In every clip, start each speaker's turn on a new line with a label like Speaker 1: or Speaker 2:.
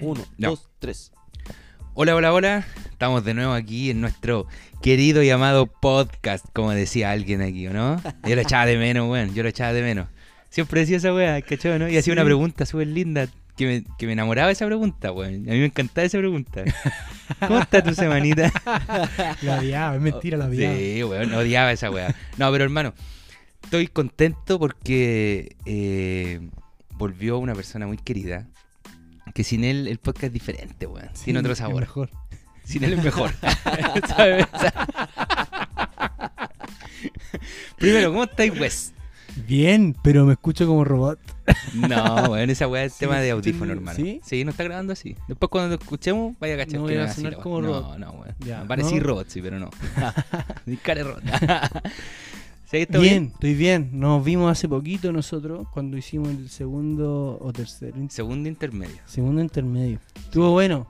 Speaker 1: Uno,
Speaker 2: Ya.
Speaker 1: dos, tres.
Speaker 2: Hola, hola, hola. Estamos de nuevo aquí en nuestro querido y amado podcast, como decía alguien aquí, ¿o no? Yo lo echaba de menos, weón. Yo lo echaba de menos. Siempre decía esa weá, ¿cachai? ¿no? Y hacía una pregunta súper linda que me, que me enamoraba esa pregunta, weón. A mí me encantaba esa pregunta. ¿Cómo está tu semanita?
Speaker 3: La odiaba, es mentira, la odiaba.
Speaker 2: Sí, weón, odiaba esa weá. No, pero hermano, estoy contento porque eh, volvió una persona muy querida. Que sin él el podcast es diferente, weón.
Speaker 3: Sí,
Speaker 2: Tiene otro
Speaker 3: es
Speaker 2: sabor.
Speaker 3: Mejor.
Speaker 2: Sin él es mejor. ¿Sabes? Primero, ¿cómo estáis, Wes?
Speaker 3: Bien, pero me escucho como robot.
Speaker 2: No, weón, esa weá es
Speaker 3: Sí,
Speaker 2: tema de
Speaker 3: sí,
Speaker 2: audífono, hermano.
Speaker 3: ¿sí?
Speaker 2: no está grabando así. Después cuando lo escuchemos, vaya a cachar.
Speaker 3: No
Speaker 2: que
Speaker 3: voy a
Speaker 2: es así
Speaker 3: sonar
Speaker 2: la weá.
Speaker 3: como
Speaker 2: no,
Speaker 3: robot.
Speaker 2: No, weón.
Speaker 3: Ya,
Speaker 2: Parecí
Speaker 3: ¿no?
Speaker 2: robot, sí, pero no. Mi cara es robot. ¿Sí, está
Speaker 3: Bien, estoy bien. Nos vimos hace poquito nosotros cuando hicimos el segundo o tercer in-
Speaker 2: Segundo intermedio.
Speaker 3: segundo intermedio. Estuvo bueno.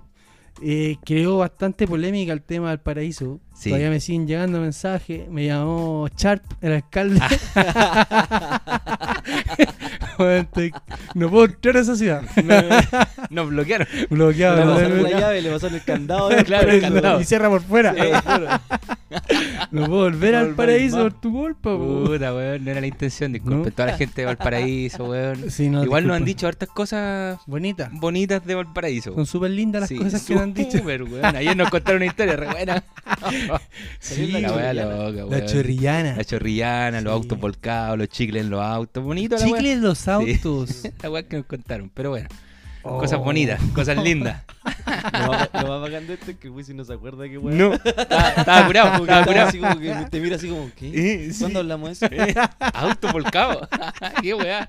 Speaker 3: Eh, creó bastante polémica el tema del paraíso.
Speaker 2: Sí.
Speaker 3: Todavía me siguen llegando mensajes. Me llamó Sharp, el alcalde. Bueno, estoy- no puedo entrar a esa ciudad.
Speaker 2: Nos bloquearon.
Speaker 3: Bloqueado.
Speaker 1: le
Speaker 3: no,
Speaker 1: pasaron la
Speaker 3: no, no.
Speaker 1: llave, le pasaron el candado.
Speaker 2: Claro, el candado.
Speaker 3: Y cierra por fuera.
Speaker 1: Te lo juro.
Speaker 3: No puedo volver
Speaker 1: No
Speaker 3: al
Speaker 1: volváis
Speaker 3: paraíso
Speaker 1: más.
Speaker 3: por tu culpa. po.
Speaker 2: Puta, weón, no era la intención, disculpe.
Speaker 3: Oh. No.
Speaker 2: Toda la gente de Valparaíso, weón.
Speaker 3: Sí, no,
Speaker 2: Igual nos han
Speaker 3: disculpa.
Speaker 2: dicho hartas cosas
Speaker 3: Bonita.
Speaker 2: bonitas de Valparaíso.
Speaker 3: Son súper lindas las
Speaker 2: Sí,
Speaker 3: cosas que nos han dicho.
Speaker 2: súper, weón. Ayer nos contaron una historia re buena.
Speaker 3: Sí,
Speaker 2: la
Speaker 1: chorrillana.
Speaker 2: weá loca, weón.
Speaker 3: La chorrillana.
Speaker 2: La chorrillana, los
Speaker 3: Sí.
Speaker 2: autos volcados, los chicles en los autos. Bonito la
Speaker 3: Chicle
Speaker 2: weá.
Speaker 3: en los autos.
Speaker 2: La weá que nos contaron, pero bueno.
Speaker 3: Oh.
Speaker 2: Cosas bonitas, cosas lindas.
Speaker 1: Lo más- lo más bacán de esto es que Wisi no se acuerda que weón.
Speaker 2: No, estaba, estaba curado,
Speaker 1: Como que
Speaker 2: estaba
Speaker 1: estaba
Speaker 2: curado.
Speaker 1: así como que te mira así como, ¿qué?
Speaker 2: Eh, sí.
Speaker 1: ¿Cuándo hablamos de eso?
Speaker 2: Eh, Auto volcado. Qué weá.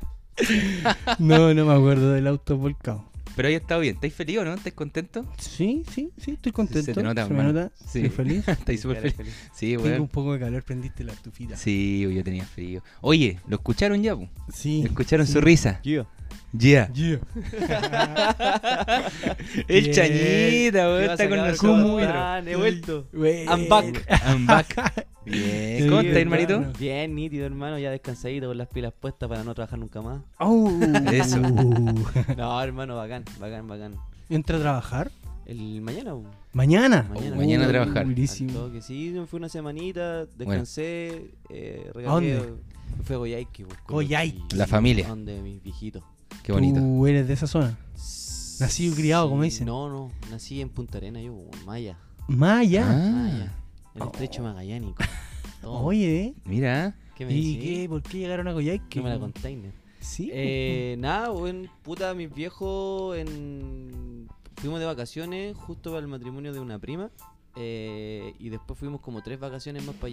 Speaker 3: No, no me acuerdo del auto volcado.
Speaker 2: Pero hoy ha estado bien. ¿Estáis feliz o no? ¿Estáis contento?
Speaker 3: Sí, sí, sí, estoy contento.
Speaker 2: Se te nota,
Speaker 3: me
Speaker 2: hermano.
Speaker 3: nota.
Speaker 2: Sí.
Speaker 3: Estoy feliz.
Speaker 2: ¿Estáis súper
Speaker 1: Era
Speaker 2: feliz? Sí,
Speaker 3: Tengo un
Speaker 2: weón.
Speaker 3: poco de calor, prendiste la estufita.
Speaker 2: Sí, yo tenía frío. Oye, ¿lo escucharon ya? po?
Speaker 3: Sí.
Speaker 2: ¿Escucharon
Speaker 3: sí.
Speaker 2: su risa?
Speaker 1: Gio,
Speaker 2: Yeah.
Speaker 3: Yeah.
Speaker 2: El
Speaker 3: Bien.
Speaker 2: Chañita,
Speaker 1: ¿qué
Speaker 2: weón,
Speaker 1: vas
Speaker 2: está
Speaker 1: a
Speaker 2: con
Speaker 1: acabar
Speaker 2: nosotros.
Speaker 3: ¿Cómo?
Speaker 1: Ah, He vuelto.
Speaker 3: Wey.
Speaker 1: I'm back.
Speaker 2: I'm Ah, back. Bien.
Speaker 3: Sí,
Speaker 2: ¿Cómo estás,
Speaker 3: hermano.
Speaker 2: hermanito?
Speaker 1: Bien, nítido, hermano. Ya descansadito con las pilas puestas para no trabajar nunca más.
Speaker 3: Oh.
Speaker 2: Eso.
Speaker 1: No, hermano, bacán, bacán, bacán.
Speaker 3: ¿Entra a trabajar?
Speaker 1: El mañana, weón.
Speaker 3: Mañana.
Speaker 1: Mañana.
Speaker 2: Mañana a
Speaker 3: Oh,
Speaker 2: trabajar.
Speaker 1: Al
Speaker 3: Durísimo.
Speaker 1: toque, sí, me fui una semanita, descansé, eh, regalé.
Speaker 3: dónde?
Speaker 1: Me fui a Goyaique, pues, con
Speaker 3: Goyaique.
Speaker 1: mis-
Speaker 2: La familia.
Speaker 1: Donde mis viejitos.
Speaker 2: Qué bonito.
Speaker 3: Tú eres de esa zona. Nacido y criado, como dicen.
Speaker 1: No, no, nací en Punta Arena, yo, en Maya.
Speaker 3: Maya.
Speaker 2: Ah,
Speaker 1: Maya. El
Speaker 3: Oh.
Speaker 1: estrecho magallánico. Toma,
Speaker 3: Oye, ¿eh?
Speaker 2: mira.
Speaker 1: ¿qué me
Speaker 3: ¿Y
Speaker 1: decís?
Speaker 3: qué? ¿Por qué llegaron a Coyhaique?
Speaker 1: No me la container.
Speaker 3: Sí.
Speaker 1: Eh, nada, buen puta, mis viejos en... fuimos de vacaciones justo para el matrimonio de una prima. eh, y después fuimos como tres vacaciones más para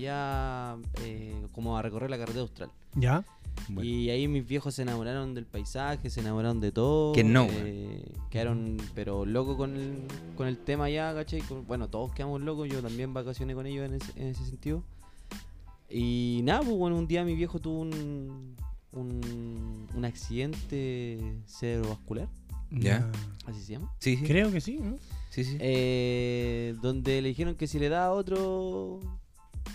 Speaker 1: allá, eh, como a recorrer la carretera austral.
Speaker 3: ¿Ya?
Speaker 2: Bueno.
Speaker 1: Y ahí mis viejos se enamoraron del paisaje, se enamoraron de todo.
Speaker 2: Que no,
Speaker 1: eh, Quedaron, pero locos con el, con el tema ya, ¿cachai? Con- bueno, todos quedamos locos, yo también vacacioné con ellos en ese, en ese sentido. Y nada, pues bueno, un día mi viejo tuvo un, un, un accidente cerebrovascular,
Speaker 2: ¿Ya?
Speaker 3: No.
Speaker 1: así se llama.
Speaker 2: Sí, sí.
Speaker 3: Creo que sí, ¿no?
Speaker 2: Sí, sí.
Speaker 1: Eh, donde le dijeron que si le daba otro,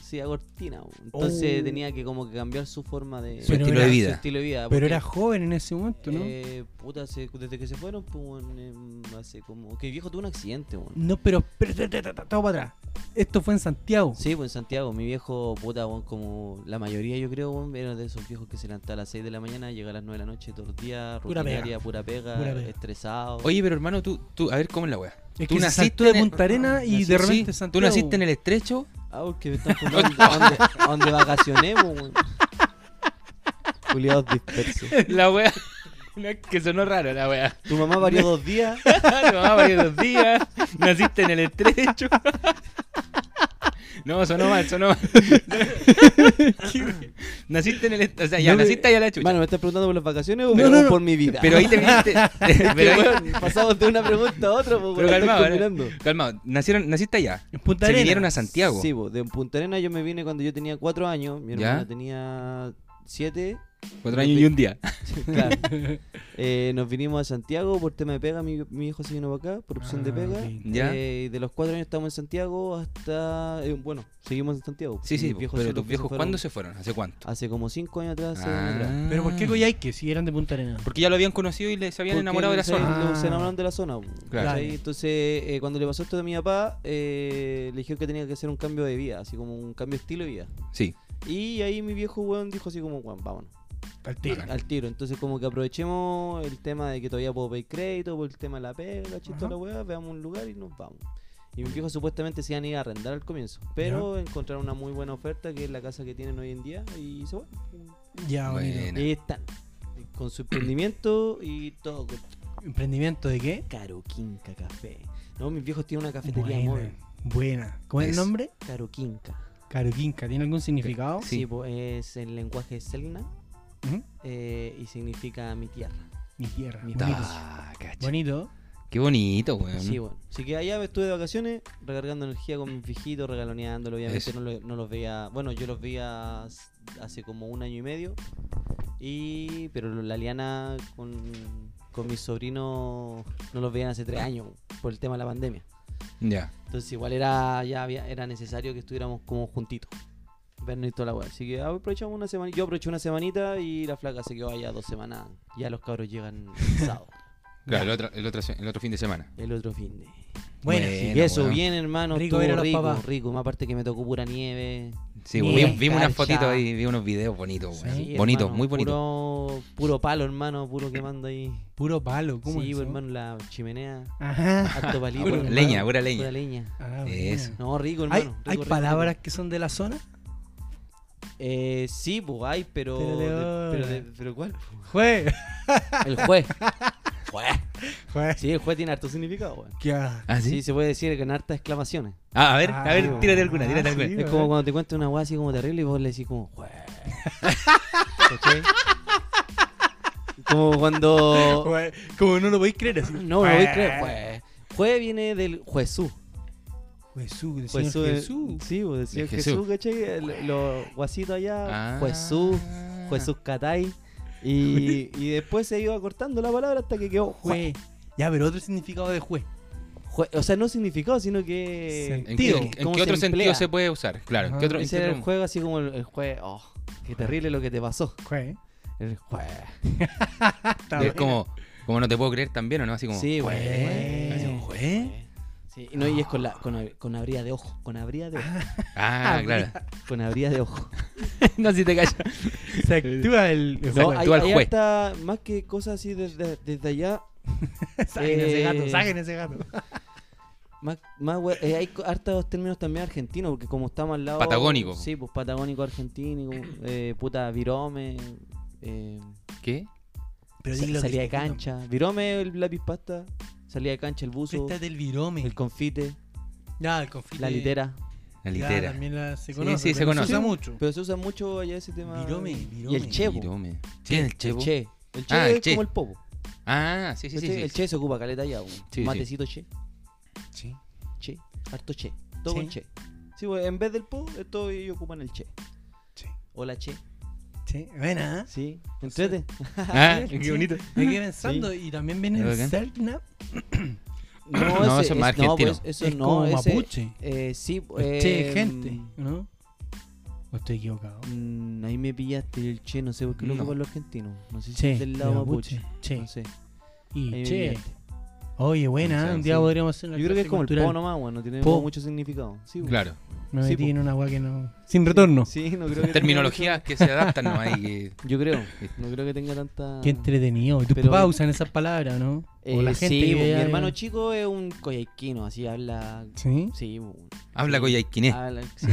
Speaker 1: se iba a cortina. bo. Entonces
Speaker 3: Oh.
Speaker 1: tenía que como que cambiar su forma de...
Speaker 3: Su Pero
Speaker 2: estilo de
Speaker 3: era-
Speaker 2: vida.
Speaker 1: su estilo de vida.
Speaker 3: Pero
Speaker 1: porque-
Speaker 3: era joven en ese momento, ¿no?
Speaker 1: Eh, puta, se- desde que se fueron, pues, weón, em, hace como. Que el viejo tuvo un accidente, weón.
Speaker 3: No, pero, pero, pero, pero, pero, todo para atrás. Esto fue en Santiago.
Speaker 1: Sí, pues en Santiago, mi viejo, puta, weón, como la mayoría, yo creo, weón, era de esos viejos que se levantaba a las 6 de la mañana, llega a las 9 de la noche todos los días,
Speaker 3: Pura
Speaker 1: rutinaria,
Speaker 3: pega.
Speaker 1: pura pega,
Speaker 3: Pura pega.
Speaker 1: estresado.
Speaker 2: Oye, pero hermano, tú, tú, a ver cómo es la weá.
Speaker 3: Es
Speaker 2: tú
Speaker 3: que se
Speaker 2: naciste
Speaker 3: saltó de
Speaker 2: en el-
Speaker 3: Punta Arena y
Speaker 2: Naciste-
Speaker 3: de
Speaker 2: sí,
Speaker 3: repente Santiago.
Speaker 2: Tú naciste en el estrecho.
Speaker 1: Ah, porque me están preguntando a dónde, a dónde vacacionemos, weón. Juliados dispersos.
Speaker 2: La weá. No, es que sonó raro la weá.
Speaker 1: Tu mamá varió dos días.
Speaker 2: Te mamá varios dos días. Naciste en el estrecho. No, sonó mal, sonó mal. naciste en el estrecho. O sea, ya
Speaker 1: No me-
Speaker 2: naciste allá la chucha.
Speaker 1: Mano, ¿me estás preguntando por las vacaciones o
Speaker 3: No, no, no.
Speaker 1: por mi vida?
Speaker 2: pero ahí te viste. pero ahí-
Speaker 1: Weón, pasamos de una pregunta a otra, pues,
Speaker 2: pero
Speaker 1: weón,
Speaker 2: calmado,
Speaker 1: estoy
Speaker 2: ¿eh?
Speaker 1: combinando.
Speaker 2: calmado. Nacieron, naciste allá.
Speaker 3: En Punta
Speaker 2: Se
Speaker 3: Arena.
Speaker 2: vinieron a Santiago.
Speaker 1: Sí, po, de Punta Arena yo me vine cuando yo tenía cuatro años, mi
Speaker 2: ¿Ya?
Speaker 1: hermana tenía siete
Speaker 2: Cuatro años y un día.
Speaker 1: Claro. Eh, nos vinimos a Santiago por tema de pega. Mi, mi hijo se vino para acá por opción de
Speaker 3: Ah,
Speaker 1: pega.
Speaker 3: ok.
Speaker 2: ¿Ya?
Speaker 1: Eh, de los cuatro años estamos en Santiago hasta. eh, bueno, seguimos en Santiago.
Speaker 2: sí, sí,
Speaker 1: Mis
Speaker 2: pero
Speaker 1: son los
Speaker 2: tus
Speaker 1: que
Speaker 2: viejos,
Speaker 1: fueron
Speaker 2: ¿cuándo se fueron? ¿Hace cuánto?
Speaker 1: Hace como cinco años atrás. seis años atrás.
Speaker 2: Ah.
Speaker 3: Pero ¿por qué Coyhaique si eran de Punta Arena?
Speaker 2: Porque ya lo habían conocido y le- se habían
Speaker 1: Porque
Speaker 2: enamorado de la
Speaker 1: se-
Speaker 2: zona.
Speaker 3: Ah.
Speaker 1: Se enamoraron de la zona. po,
Speaker 2: Claro.
Speaker 1: ¿cachai? Entonces, eh, cuando le pasó esto a mi papá, eh, le dijeron que tenía que hacer un cambio de vida, así como un cambio de estilo de vida.
Speaker 2: Sí.
Speaker 1: Y ahí mi viejo weón dijo así como, weón, vámonos,
Speaker 3: Al tiro.
Speaker 1: al tiro. Entonces, como que aprovechemos el tema de que todavía puedo pedir crédito, por el tema de la pega,
Speaker 3: Ajá.
Speaker 1: chito la weá, veamos un lugar y nos vamos. Y mis viejos supuestamente se iban a ir a arrendar al comienzo, pero encontraron una muy buena oferta que es la casa que tienen hoy en día y se fueron.
Speaker 3: Ya, bonito.
Speaker 2: Buena.
Speaker 1: Y ahí están, con su emprendimiento y todo. con
Speaker 3: ¿Emprendimiento de qué?
Speaker 1: Caroquinca Café. No, mis viejos tienen una cafetería móvil.
Speaker 3: Buena. ¿Cómo es el
Speaker 2: Eso.
Speaker 3: nombre?
Speaker 1: Caroquinca.
Speaker 3: Caruquinca. ¿Tiene algún significado?
Speaker 2: Sí.
Speaker 1: Sí, po, es el lenguaje celna
Speaker 3: Ujú.
Speaker 1: eh, y significa mi tierra.
Speaker 3: Mi tierra.
Speaker 1: Mi
Speaker 3: bonito.
Speaker 2: Ah, cacha.
Speaker 3: Bonito.
Speaker 2: Qué bonito, weón.
Speaker 1: Sí, bueno. Así que allá estuve de vacaciones, recargando energía con mis viejitos, regaloneándolo. Obviamente
Speaker 2: Eso.
Speaker 1: no, lo- no los veía. Bueno, yo los veía s- hace como un año y medio. Y, pero lo- la liana con, con mis sobrinos no los veían hace tres años por el tema de la pandemia.
Speaker 2: Ya.
Speaker 1: Entonces igual era ya había- era necesario que estuviéramos como juntitos. Vernos y toda la weá. Así que aprovechamos una semana. Yo aproveché una semanita y la flaca se quedó allá dos semanas. Ya los cabros llegan el sábado,
Speaker 2: Claro, el otro, el, otro, se- el otro fin de semana.
Speaker 1: el otro fin de.
Speaker 2: Buena.
Speaker 3: Buena.
Speaker 1: Así
Speaker 2: Bueno,
Speaker 1: que eso,
Speaker 2: weón.
Speaker 1: bien hermano, rico,
Speaker 3: Rico ver a los
Speaker 1: rico,
Speaker 3: papás. ¿Eh?
Speaker 1: rico. Más aparte que me tocó pura nieve.
Speaker 2: Sí,
Speaker 3: Bien,
Speaker 2: weón. vi- Vimos unas
Speaker 1: cancha.
Speaker 2: fotitos ahí, vi unos videos bonitos, weón.
Speaker 3: Sí,
Speaker 2: bonito,
Speaker 1: hermano,
Speaker 2: muy bonito.
Speaker 1: Puro, puro palo, hermano, puro quemando ahí.
Speaker 3: Puro palo. ¿Cómo
Speaker 1: sí, pues,
Speaker 3: es eso?
Speaker 1: hermano, la chimenea,
Speaker 3: Ajá.
Speaker 1: alto palito.
Speaker 3: Puro
Speaker 1: hermano,
Speaker 2: leña, pura leña.
Speaker 1: Pura leña.
Speaker 3: Ah,
Speaker 2: Eso.
Speaker 3: buena.
Speaker 1: No, rico,
Speaker 3: ¿Hay,
Speaker 1: hermano.
Speaker 3: hay
Speaker 1: rico, rico,
Speaker 3: palabras que son de la zona?
Speaker 1: Eh, sí, pues hay, pero.
Speaker 3: Pero de
Speaker 1: de- pero, de-
Speaker 3: ahora.
Speaker 1: pero ¿cuál? po?
Speaker 3: Jue.
Speaker 1: El juez.
Speaker 3: Jue.
Speaker 1: Sí, el juez tiene harto significado, weón.
Speaker 3: Ya.
Speaker 2: Ah,
Speaker 1: ¿Sí?
Speaker 2: sí.
Speaker 1: se puede decir con hartas exclamaciones.
Speaker 2: Ah, a ver,
Speaker 3: Ah,
Speaker 2: a ver, tírate alguna,
Speaker 3: ah,
Speaker 2: tírate
Speaker 3: sí,
Speaker 2: alguna.
Speaker 3: weón.
Speaker 1: Es como cuando te cuentan una weá así como terrible y vos le decís como, "Jue". ¿Cachai? Como cuando.
Speaker 3: Jue. Como no lo podéis creer así.
Speaker 1: No, no voy a creer, jue. Jue viene del Jesús.
Speaker 3: Jesús, el Señor
Speaker 1: Jesús.
Speaker 3: Jesús.
Speaker 1: Sí, pues, el Señor
Speaker 2: Jesús.
Speaker 1: Jesús, ¿cachai? El- Los guasitos allá,
Speaker 2: Ah.
Speaker 1: Jesús, Jesús Catay. Y, y después se iba cortando la palabra hasta que quedó jue.
Speaker 3: Jue. Ya, pero otro significado de jue.
Speaker 1: Jue- O sea, no significado, sino que.
Speaker 2: ¿En,
Speaker 3: Tío,
Speaker 2: qué- en- en
Speaker 1: ¿cómo
Speaker 2: qué
Speaker 1: se
Speaker 2: otro sentido
Speaker 1: emplea?
Speaker 2: se puede usar? Claro, ¿en
Speaker 3: Ajá.
Speaker 2: qué otro, en
Speaker 1: Ese
Speaker 2: qué
Speaker 1: era el
Speaker 2: otro-
Speaker 1: juego así como el, el juego. Oh, qué terrible lo que te pasó.
Speaker 3: Jue.
Speaker 1: El juego.
Speaker 3: Está
Speaker 2: Es
Speaker 3: buena.
Speaker 2: como, como no te puedo creer también, ¿o no? Así como,
Speaker 1: Sí, güey.
Speaker 3: jue.
Speaker 2: así como,
Speaker 1: jue.
Speaker 2: ¿jue?
Speaker 1: Sí, y no, y es con, la, con, ab- con abría de ojo. Con abría de ojo.
Speaker 2: Ah, claro.
Speaker 1: Con abría de ojo.
Speaker 2: no, si te callas.
Speaker 3: Se activa el. el
Speaker 1: No,
Speaker 3: jue.
Speaker 1: hay,
Speaker 2: tú al
Speaker 1: hay
Speaker 2: jue.
Speaker 1: harta- más que cosas así desde, desde allá.
Speaker 3: Saquen ese
Speaker 1: Eh,
Speaker 3: gato, saquen ese gato.
Speaker 1: Más, más we- eh, hay co- hartos términos también argentinos, porque como estamos al lado.
Speaker 2: Patagónico.
Speaker 1: Sí, pues patagónico argentino. Eh, puta, virome. Eh,
Speaker 2: ¿Qué?
Speaker 3: Pero
Speaker 1: sa-
Speaker 3: dilo que
Speaker 1: salida de
Speaker 3: esté bien.
Speaker 1: cancha. Virome, el lápiz pasta. Salida de cancha, el buzo.
Speaker 3: Fiesta del virome.
Speaker 1: El confite,
Speaker 3: Ya, el confite.
Speaker 1: la litera.
Speaker 2: La
Speaker 3: ya
Speaker 2: litera.
Speaker 3: también la,
Speaker 2: Sí,
Speaker 3: se conoce.
Speaker 2: sí, se
Speaker 3: pero
Speaker 2: conoce.
Speaker 3: No usa mucho.
Speaker 1: Pero se usa mucho allá ese tema.
Speaker 3: Virome,
Speaker 1: de-
Speaker 3: virome.
Speaker 1: Y el chepo.
Speaker 2: Pirome. ¿Quién es el
Speaker 1: El
Speaker 2: chepo?
Speaker 1: che. El che
Speaker 2: Ah, el
Speaker 1: es
Speaker 2: che.
Speaker 1: como el popo.
Speaker 2: Ah, sí, sí, sí.
Speaker 1: ¿cachai?
Speaker 2: sí.
Speaker 1: El che se ocupa caleta allá. un
Speaker 2: sí.
Speaker 1: Matecito che.
Speaker 3: Sí.
Speaker 1: Che. Harto che. Todo
Speaker 3: Sí.
Speaker 1: con che. Sí, pues, en vez del po, esto ellos ocupan el che.
Speaker 3: Sí.
Speaker 1: O la che.
Speaker 3: Sí. Buena, ¿eh?
Speaker 1: Sí. Entrete.
Speaker 2: Ah,
Speaker 3: Sí.
Speaker 2: qué bonito.
Speaker 3: Me quedé pensando. Y también viene
Speaker 2: Bacán.
Speaker 3: el Selknap.
Speaker 1: No,
Speaker 2: No,
Speaker 1: ese,
Speaker 2: eso es más
Speaker 1: es- no,
Speaker 2: argentino.
Speaker 1: pues, eso
Speaker 3: es
Speaker 1: no.
Speaker 3: como
Speaker 1: ese-
Speaker 3: mapuche.
Speaker 1: Eh, sí,
Speaker 3: El
Speaker 1: eh,
Speaker 3: Che, gente.
Speaker 1: mm,
Speaker 3: ¿No? ¿O estoy equivocado?
Speaker 1: mm, ahí me pillaste el che, no sé por qué lo
Speaker 2: No.
Speaker 1: ocupan los argentinos. No sé si
Speaker 3: Che,
Speaker 1: es del lado
Speaker 3: de
Speaker 1: mapuche.
Speaker 3: mapuche. Che.
Speaker 1: No sé.
Speaker 3: Y
Speaker 1: Ahí me
Speaker 3: che.
Speaker 1: pillaste.
Speaker 3: Oye, buena,
Speaker 2: Sí,
Speaker 3: ¿eh? un día
Speaker 2: sí.
Speaker 3: podríamos hacer una
Speaker 1: Yo creo que
Speaker 3: clase
Speaker 1: es como
Speaker 3: cultural.
Speaker 1: el po nomás, bueno, tiene
Speaker 3: Po.
Speaker 1: mucho significado. Sí, bueno.
Speaker 2: Claro.
Speaker 3: Me
Speaker 1: Sí,
Speaker 3: metí
Speaker 1: po.
Speaker 3: en una agua que no. Sin retorno.
Speaker 1: Sí, no creo que
Speaker 2: Terminologías que se adaptan, ¿no? Hay que...
Speaker 1: tenga- Yo creo, eh, no creo que tenga tanta.
Speaker 3: Qué entretenido. ¿Y tus
Speaker 1: Pero-
Speaker 3: papás usan esas palabras, no?
Speaker 1: Eh,
Speaker 3: que
Speaker 1: sí,
Speaker 3: vive
Speaker 1: bo, mi
Speaker 3: allá-
Speaker 1: hermano chico es un coyaiquino, así habla.
Speaker 3: Sí.
Speaker 1: Sí, bo.
Speaker 2: Habla coyaiquiné.
Speaker 1: Habla- sí.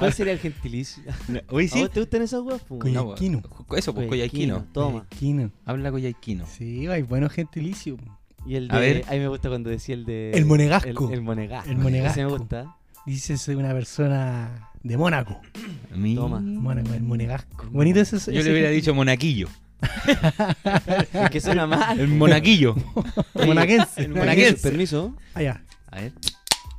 Speaker 1: ¿Cuál sería el gentilicio?
Speaker 2: Hoy
Speaker 1: ¿A vos te gustan esas weas, po?
Speaker 3: Coyhaiquino.
Speaker 2: No, eso, pues coyaiquino.
Speaker 1: Toma.
Speaker 3: Quino.
Speaker 2: Habla coyaiquino.
Speaker 3: Sí, hay buenos gentilicios.
Speaker 1: Y el de.
Speaker 2: A ver.
Speaker 1: Ahí me gusta cuando decía el de.
Speaker 3: El monegasco.
Speaker 1: El, el monegasco.
Speaker 3: El monegasco.
Speaker 1: Ese me gusta.
Speaker 3: Dice soy una persona de Mónaco.
Speaker 2: Mi-
Speaker 1: Toma.
Speaker 3: Mónaco, el monegasco. Bonito ese.
Speaker 2: Yo le hubiera dicho monaquillo.
Speaker 1: Es que suena mal.
Speaker 2: El monaquillo.
Speaker 3: monaquense.
Speaker 1: El
Speaker 2: monaguense.
Speaker 1: Permiso.
Speaker 3: Allá.
Speaker 2: A ver.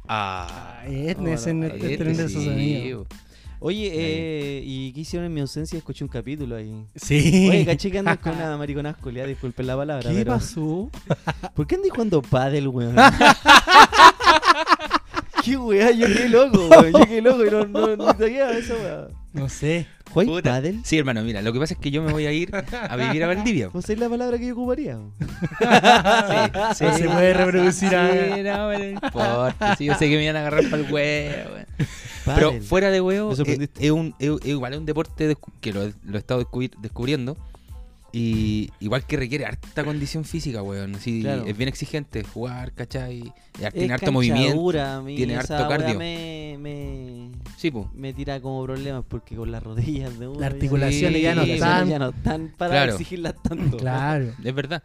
Speaker 2: Ah.
Speaker 3: Etnes
Speaker 1: Hola,
Speaker 3: en
Speaker 1: Etnes,
Speaker 3: Ah, este tren de esos
Speaker 2: sí,
Speaker 3: sonidos.
Speaker 2: bo.
Speaker 1: Oye,
Speaker 2: Ahí.
Speaker 1: eh, ¿y qué hicieron en mi ausencia? Escuché un capítulo ahí.
Speaker 3: Sí.
Speaker 1: Oye, caché que andan con una mariconaz culiá, disculpen la palabra.
Speaker 3: ¿Qué
Speaker 1: pero-
Speaker 3: pasó?
Speaker 1: ¿Por qué andas jugando pádel, weón? qué weá, yo qué loco, weón. Yo qué loco, y no, no, no sabía eso, weón.
Speaker 3: No sé.
Speaker 1: ¿Jugáis
Speaker 2: Puta.
Speaker 1: pádel?
Speaker 2: Sí, hermano, mira, lo que pasa es que yo me voy a ir a vivir a Valdivia.
Speaker 1: ¿Vos sabés la palabra que yo ocuparía? weón?
Speaker 2: Sí,
Speaker 3: No se puede reproducir
Speaker 2: sí,
Speaker 3: a-
Speaker 2: no, me no importa. Sí, yo sé que me iban a agarrar para el huevo. weón. Pero
Speaker 1: Pádel.
Speaker 2: fuera de huevo,
Speaker 1: Me
Speaker 2: es,
Speaker 1: sorprendiste.
Speaker 2: es un, es- es igual es un deporte descu- que lo, he- lo he estado descubri- descubriendo. Y igual que requiere harta condición física, weón. Sí,
Speaker 1: Claro.
Speaker 2: Es bien exigente jugar, ¿cachai? Y har-
Speaker 1: Es
Speaker 2: Tiene harto movimiento.
Speaker 1: canchadura, a mí
Speaker 2: tiene
Speaker 1: esa
Speaker 2: harto
Speaker 1: weá
Speaker 2: cardio.
Speaker 1: Me, me,
Speaker 2: Sí, po.
Speaker 1: me tira como problemas porque con las rodillas de uno.
Speaker 3: Las
Speaker 1: ya-
Speaker 3: articulaciones
Speaker 2: Sí,
Speaker 3: ya no
Speaker 1: las
Speaker 3: están.
Speaker 1: articulaciones ya no están para
Speaker 2: Claro.
Speaker 1: exigirlas tanto.
Speaker 3: Claro.
Speaker 2: Es verdad.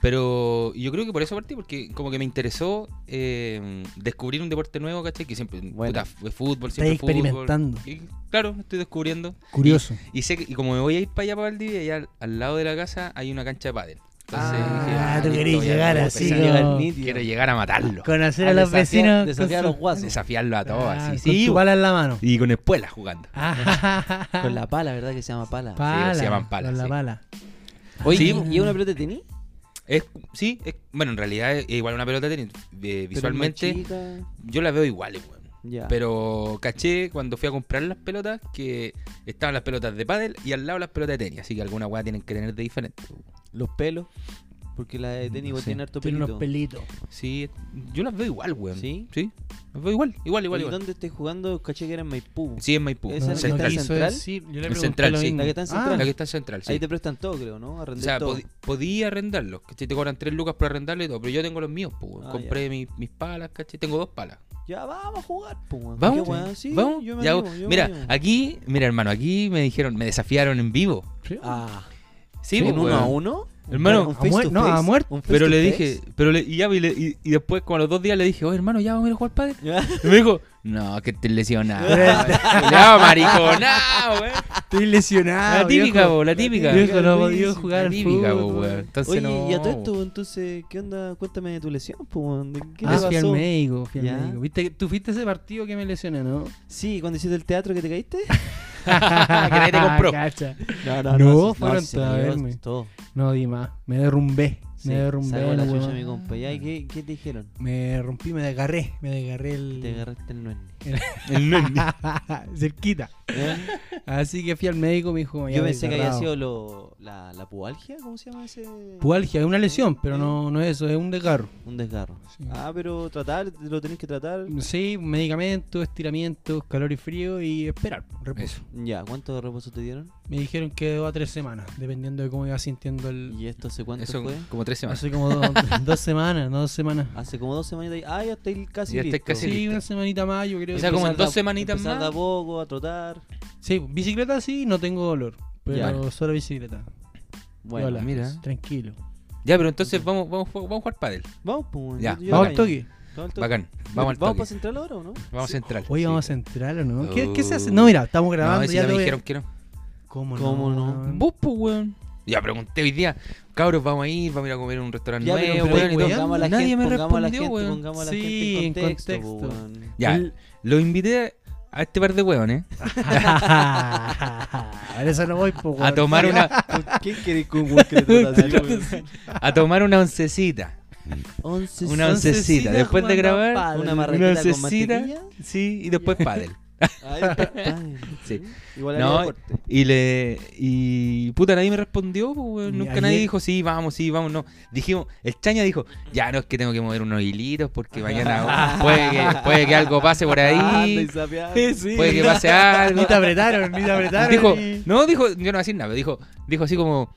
Speaker 2: Pero yo creo que por eso partí, porque como que me interesó eh, descubrir un deporte nuevo, ¿cachai? Que siempre,
Speaker 1: Bueno.
Speaker 2: puta, fue fútbol,
Speaker 3: Estás
Speaker 2: siempre
Speaker 3: experimentando.
Speaker 2: fútbol. Y claro, estoy descubriendo.
Speaker 3: Curioso.
Speaker 2: Y sé que, y como me voy a ir para allá, para Valdivia, allá al, al lado de la casa hay una cancha de pádel. Entonces
Speaker 3: Ah,
Speaker 2: dije,
Speaker 3: tú
Speaker 2: listo,
Speaker 3: querés
Speaker 2: voy a-
Speaker 3: llegar
Speaker 2: voy a
Speaker 3: así,
Speaker 2: empezar.
Speaker 3: como-
Speaker 1: Llegar nítido.
Speaker 2: Quiero llegar a matarlo,
Speaker 3: Conocer
Speaker 1: A
Speaker 3: a, los
Speaker 1: desafiar-
Speaker 3: vecinos.
Speaker 1: desafiar a
Speaker 3: con
Speaker 1: los guasos.
Speaker 2: desafiarlo a todos,
Speaker 3: Ah,
Speaker 2: así.
Speaker 3: con
Speaker 2: Sí,
Speaker 3: tu
Speaker 2: bueno.
Speaker 3: bala en la mano.
Speaker 2: y con espuelas jugando.
Speaker 1: Con la pala, ¿verdad? Que se llama pala.
Speaker 3: pala.
Speaker 2: se llaman palas,
Speaker 3: Con la
Speaker 2: sí.
Speaker 3: pala.
Speaker 1: Oye,
Speaker 2: Sí,
Speaker 1: ¿y- ¿y es una pelota de tenis?
Speaker 2: Es, sí, es- bueno, en realidad es igual una pelota de tenis. Eh,
Speaker 1: Pero es más
Speaker 2: visualmente,
Speaker 1: chica,
Speaker 2: yo la veo igual, weón.
Speaker 1: Ya.
Speaker 2: Pero caché cuando fui a comprar las pelotas que estaban las pelotas de pádel y al lado las pelotas de tenis. Así que alguna weá tienen que tener de diferente.
Speaker 1: Los pelos. Porque la de tenis
Speaker 2: No
Speaker 1: igual
Speaker 2: sé.
Speaker 1: tiene harto
Speaker 3: Tiene unos
Speaker 1: pelito.
Speaker 3: pelitos.
Speaker 2: Sí, yo las veo igual, weón.
Speaker 1: ¿Sí?
Speaker 2: las veo igual, igual, igual.
Speaker 1: ¿Y
Speaker 2: igual.
Speaker 1: dónde estés jugando? Caché que era en Maipú.
Speaker 2: Sí, en Maipú,
Speaker 1: Esa
Speaker 3: No,
Speaker 1: es
Speaker 3: no
Speaker 1: la
Speaker 2: central.
Speaker 1: que
Speaker 3: quiso
Speaker 1: central.
Speaker 3: decir, yo le
Speaker 2: En
Speaker 3: pregunté
Speaker 2: central,
Speaker 3: lo
Speaker 2: sí.
Speaker 3: mismo.
Speaker 1: La que está en
Speaker 3: Ah,
Speaker 1: central.
Speaker 2: La que está en central, sí.
Speaker 1: Ahí te prestan todo, creo, ¿no?
Speaker 2: O
Speaker 1: Arrendé
Speaker 2: sea,
Speaker 1: todo.
Speaker 2: podí- podía arrendarlos, ¿cachai? Te cobran tres lucas por arrendarlo y todo, pero yo tengo los míos, pues, weón.
Speaker 1: Ah,
Speaker 2: Compré mi- mis palas, ¿cachai? Tengo dos palas.
Speaker 1: Ya vamos a jugar, po, weón.
Speaker 2: ¿Vamos?
Speaker 1: Ah, ¿Qué weón? Sí,
Speaker 2: ¿Vamos?
Speaker 1: yo me
Speaker 2: Ya,
Speaker 1: animo, yo me
Speaker 2: mira,
Speaker 1: animo.
Speaker 2: aquí, mira, hermano, aquí me dijeron, me desafiaron en vivo.
Speaker 3: sí.
Speaker 1: Ah,
Speaker 2: Sí,
Speaker 1: ¿en
Speaker 2: pues,
Speaker 1: uno
Speaker 2: weón.
Speaker 1: a uno?
Speaker 2: Hermano,
Speaker 1: ¿Un
Speaker 3: a muer- no, a muerte.
Speaker 1: ¿Un face
Speaker 2: Pero
Speaker 1: to
Speaker 2: le
Speaker 1: face?
Speaker 2: dije, pero le- y ya, y, le- y- y después, como a los dos días, le dije, oye, hermano, ya vamos a ir a jugar padre.
Speaker 1: Ya.
Speaker 2: Y me dijo, no, que te lesionado. no, mariconado, weón.
Speaker 3: Estoy lesionado.
Speaker 2: La típica,
Speaker 3: viejo.
Speaker 2: po, la típica.
Speaker 3: Viejo, no ha
Speaker 1: Luis,
Speaker 3: podido jugar
Speaker 2: La
Speaker 3: al
Speaker 2: típica, po,
Speaker 3: fútbol.
Speaker 2: weón. Entonces,
Speaker 1: Oye,
Speaker 2: no,
Speaker 1: y a todo
Speaker 2: po.
Speaker 1: esto, entonces, ¿qué onda? Cuéntame de tu lesión, po, weón. ¿De ¿Qué
Speaker 3: Ah,
Speaker 1: te
Speaker 3: fui al
Speaker 1: pasó?
Speaker 3: médico, fui al
Speaker 1: Ya.
Speaker 3: médico. ¿Viste que tú fuiste a ese partido que me lesioné, no?
Speaker 1: Sí, cuando hiciste el teatro que te caíste.
Speaker 2: Que nadie te compró.
Speaker 3: Cacha.
Speaker 1: No,
Speaker 3: no, No, sí, fueron
Speaker 1: se me
Speaker 3: todas,
Speaker 1: dio
Speaker 3: verme.
Speaker 1: Todo.
Speaker 3: No di más, me derrumbé,
Speaker 1: Sí,
Speaker 3: me derrumbé.
Speaker 1: sacó la
Speaker 3: la
Speaker 1: chucha
Speaker 3: huevona.
Speaker 1: mi compa. Ya, ¿y qué, qué te dijeron?
Speaker 3: Me rompí, me desgarré, me desgarré el...
Speaker 1: Te agarraste el nuez.
Speaker 2: El nene.
Speaker 3: cerquita. Así que fui al médico, me dijo, ya
Speaker 1: Yo pensé que había
Speaker 3: desgarrado.
Speaker 1: sido lo, la, la pubalgia, ¿cómo se llama ese?
Speaker 3: pubalgia, es una lesión, pero no, no es eso, es un desgarro.
Speaker 1: Un desgarro.
Speaker 3: Sí.
Speaker 1: Ah, pero tratar, lo tenés que tratar.
Speaker 3: Sí, medicamentos, estiramientos, calor y frío y esperar, reposo.
Speaker 2: Eso.
Speaker 1: Ya, ¿cuánto de reposo te dieron?
Speaker 3: Me dijeron que dos a tres semanas, dependiendo de cómo iba sintiendo el...
Speaker 1: ¿Y esto hace cuánto
Speaker 2: Eso
Speaker 1: fue?
Speaker 2: como tres semanas.
Speaker 3: Hace como do- dos semanas, no dos semanas.
Speaker 1: Hace como dos semanitas. y- Ah, ya estáis casi
Speaker 2: Ya estáis
Speaker 1: listo.
Speaker 2: casi
Speaker 3: Sí,
Speaker 2: listo.
Speaker 3: una semanita más, yo creo.
Speaker 2: O sea,
Speaker 3: que-
Speaker 2: como en
Speaker 1: Empezar de
Speaker 2: dos
Speaker 1: a-
Speaker 2: semanitas
Speaker 1: empezar de
Speaker 2: más.
Speaker 1: a poco, a trotar.
Speaker 3: Sí, bicicleta sí, no tengo dolor, pero
Speaker 1: Ya.
Speaker 3: solo bicicleta.
Speaker 1: Bueno,
Speaker 3: Hola,
Speaker 2: mira.
Speaker 3: Tranquilo.
Speaker 2: Ya, pero entonces vamos, vamos, vamos a jugar pádel.
Speaker 1: vamos, pues.
Speaker 2: Ya,
Speaker 3: Vamos al toque.
Speaker 2: Bacán. Vamos
Speaker 1: ¿Vamos
Speaker 2: al
Speaker 1: para
Speaker 2: toque.
Speaker 1: central ahora o no?
Speaker 2: Vamos a central.
Speaker 3: Hoy
Speaker 2: sí.
Speaker 3: vamos a entrar o no. ¿Qué,
Speaker 2: Oh.
Speaker 3: qué se hace? No, mira, estamos
Speaker 2: No,
Speaker 3: grabando.
Speaker 2: ese
Speaker 3: ya
Speaker 2: ya me
Speaker 3: te voy a- Ah.
Speaker 2: dijeron que no.
Speaker 3: ¿Cómo no?
Speaker 1: ¿Cómo no?
Speaker 3: weón?
Speaker 2: Vos, pues, weón. Ya pregunté hoy día, cabros, vamos a ir, vamos a ir a comer a un restaurante
Speaker 1: Ya,
Speaker 2: nuevo,
Speaker 1: pero,
Speaker 2: weón, y todo.
Speaker 1: pongamos a la
Speaker 2: Nadie
Speaker 1: gente,
Speaker 2: me
Speaker 1: pongamos a la
Speaker 2: respondió,
Speaker 1: gente,
Speaker 2: weón.
Speaker 1: pongamos a la
Speaker 3: Sí,
Speaker 1: gente en
Speaker 3: en
Speaker 1: contexto, po,
Speaker 3: contexto.
Speaker 1: weón.
Speaker 2: Ya,
Speaker 3: El-
Speaker 2: lo invité a este par de hueones
Speaker 3: A eso no voy, po,
Speaker 2: a
Speaker 3: weón.
Speaker 2: tomar una,
Speaker 1: ¿Quién quiere con un que le trata así, weón?
Speaker 2: a tomar una oncecita.
Speaker 1: Once
Speaker 2: Una
Speaker 1: son-
Speaker 2: oncecita.
Speaker 3: oncecitas
Speaker 2: Después de
Speaker 3: jugando a
Speaker 2: grabar,
Speaker 3: pádel.
Speaker 1: Una
Speaker 2: una
Speaker 1: marraqueta con
Speaker 2: oncecita.
Speaker 1: mantequilla.
Speaker 2: Sí, y después pádel.
Speaker 1: Ahí está, padre.
Speaker 2: Sí.
Speaker 1: Igual
Speaker 2: No,
Speaker 1: haría corte.
Speaker 2: Y le. Y puta, nadie me respondió, pues, weón.
Speaker 3: Ni
Speaker 2: Nunca
Speaker 3: ayer.
Speaker 2: nadie dijo, sí, vamos, sí, vamos, no. Dijimos, el chaña dijo, ya no es que tengo que mover unos hilitos porque mañana puede que, puede que algo pase por
Speaker 1: Ah, Anda y
Speaker 2: ahí. pues,
Speaker 1: sapeando.
Speaker 3: Ah, Sí, sí.
Speaker 2: Puede que pase algo.
Speaker 3: Ni te apretaron, ni te apretaron.
Speaker 2: Dijo,
Speaker 3: ni-
Speaker 2: no, dijo, yo no voy a decir nada, pero dijo, dijo así como,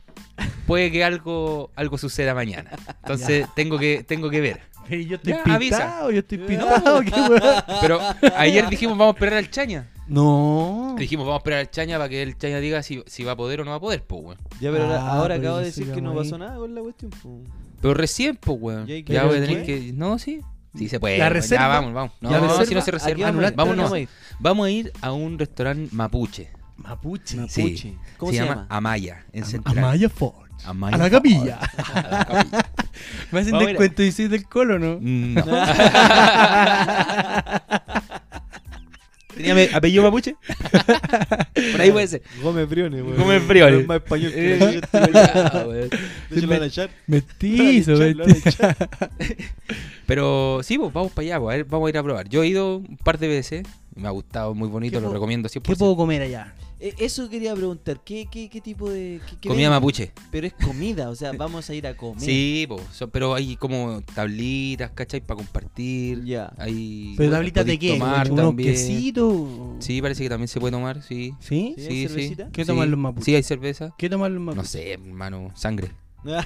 Speaker 2: puede que algo, algo suceda mañana. Entonces tengo que, tengo que ver.
Speaker 3: Pero yo estoy
Speaker 2: Ya,
Speaker 3: pintado,
Speaker 2: avisa.
Speaker 3: yo estoy pintado, qué weón.
Speaker 2: Pero ayer dijimos, vamos a esperar al Chaña.
Speaker 3: No.
Speaker 2: Dijimos, vamos a esperar al Chaña para que el Chaña diga si, si va a poder o no va a poder, pues, weón.
Speaker 1: Ya, pero ahora-
Speaker 3: Ah,
Speaker 1: ahora
Speaker 3: pero
Speaker 1: acabo de
Speaker 3: yo sí
Speaker 1: decir que
Speaker 3: llamo
Speaker 1: no
Speaker 3: ahí.
Speaker 1: pasó nada con la cuestión. po.
Speaker 2: Pero recién, pues, weón.
Speaker 1: ¿Y ahí
Speaker 2: Ya
Speaker 1: qué?
Speaker 2: voy a
Speaker 1: ¿Qué?
Speaker 2: tener que... No, sí. Sí se puede.
Speaker 3: La
Speaker 2: weón.
Speaker 3: reserva.
Speaker 2: Ya, vamos, vamos. No,
Speaker 3: La reserva.
Speaker 2: si no se
Speaker 1: Aquí
Speaker 2: reserva.
Speaker 1: vamos a ir,
Speaker 2: Vámonos.
Speaker 1: vamos a ir.
Speaker 2: Vamos a ir a un restaurante mapuche.
Speaker 3: Mapuche.
Speaker 2: Sí.
Speaker 1: Mapuche. ¿Cómo se llama?
Speaker 2: Amaya, en Central.
Speaker 3: Amaya Ford.
Speaker 2: Amaya
Speaker 3: A la
Speaker 2: Ford.
Speaker 3: capilla.
Speaker 2: A la capilla.
Speaker 3: Me hacen
Speaker 2: Vamos a ir a-
Speaker 3: descuento y
Speaker 2: Ah,
Speaker 3: soy del colo, ¿no?
Speaker 2: No. Tenés ¿Tenía me- apellido mapuche? Por ahí puede ser.
Speaker 1: Gómez Briones, weón.
Speaker 2: Gómez
Speaker 1: Pero
Speaker 2: Briones.
Speaker 1: Es más español que la
Speaker 2: Eh,
Speaker 1: chucha,
Speaker 2: ya, weón.
Speaker 1: De hecho, lo van a echar.
Speaker 3: Mestizo,
Speaker 1: Lo van a echar, lo van a
Speaker 3: mestizo.
Speaker 1: echar.
Speaker 2: Pero sí, pues vamos para allá, pues, a ver, vamos a ir a probar. Yo he ido un par de veces, me ha gustado, muy bonito,
Speaker 1: ¿Qué
Speaker 2: lo
Speaker 1: po-
Speaker 2: recomiendo 100%.
Speaker 3: ¿Qué puedo comer allá?
Speaker 1: Eh, Eso quería preguntar. ¿Qué, qué, qué tipo de. qué- qué
Speaker 2: Comida
Speaker 1: venden?
Speaker 2: mapuche.
Speaker 1: Pero es comida, o sea, vamos a ir a comer.
Speaker 2: Sí, pues, so- pero hay como tablitas, ¿cachai? Para compartir.
Speaker 1: Ya.
Speaker 2: Hay podéis
Speaker 3: ¿Pero tablitas de qué?
Speaker 2: Tomar
Speaker 3: ¿Unos
Speaker 2: también.
Speaker 3: quesitos?
Speaker 2: Sí, parece que también se puede tomar, sí.
Speaker 3: ¿Sí?
Speaker 1: ¿Sí?
Speaker 2: sí,
Speaker 1: hay
Speaker 2: sí.
Speaker 1: cervecita?
Speaker 3: ¿Qué
Speaker 2: Sí.
Speaker 3: toman los mapuches?
Speaker 2: Sí, hay cerveza.
Speaker 3: ¿Qué toman los
Speaker 2: No
Speaker 3: mapuches?
Speaker 2: sé, hermano, sangre.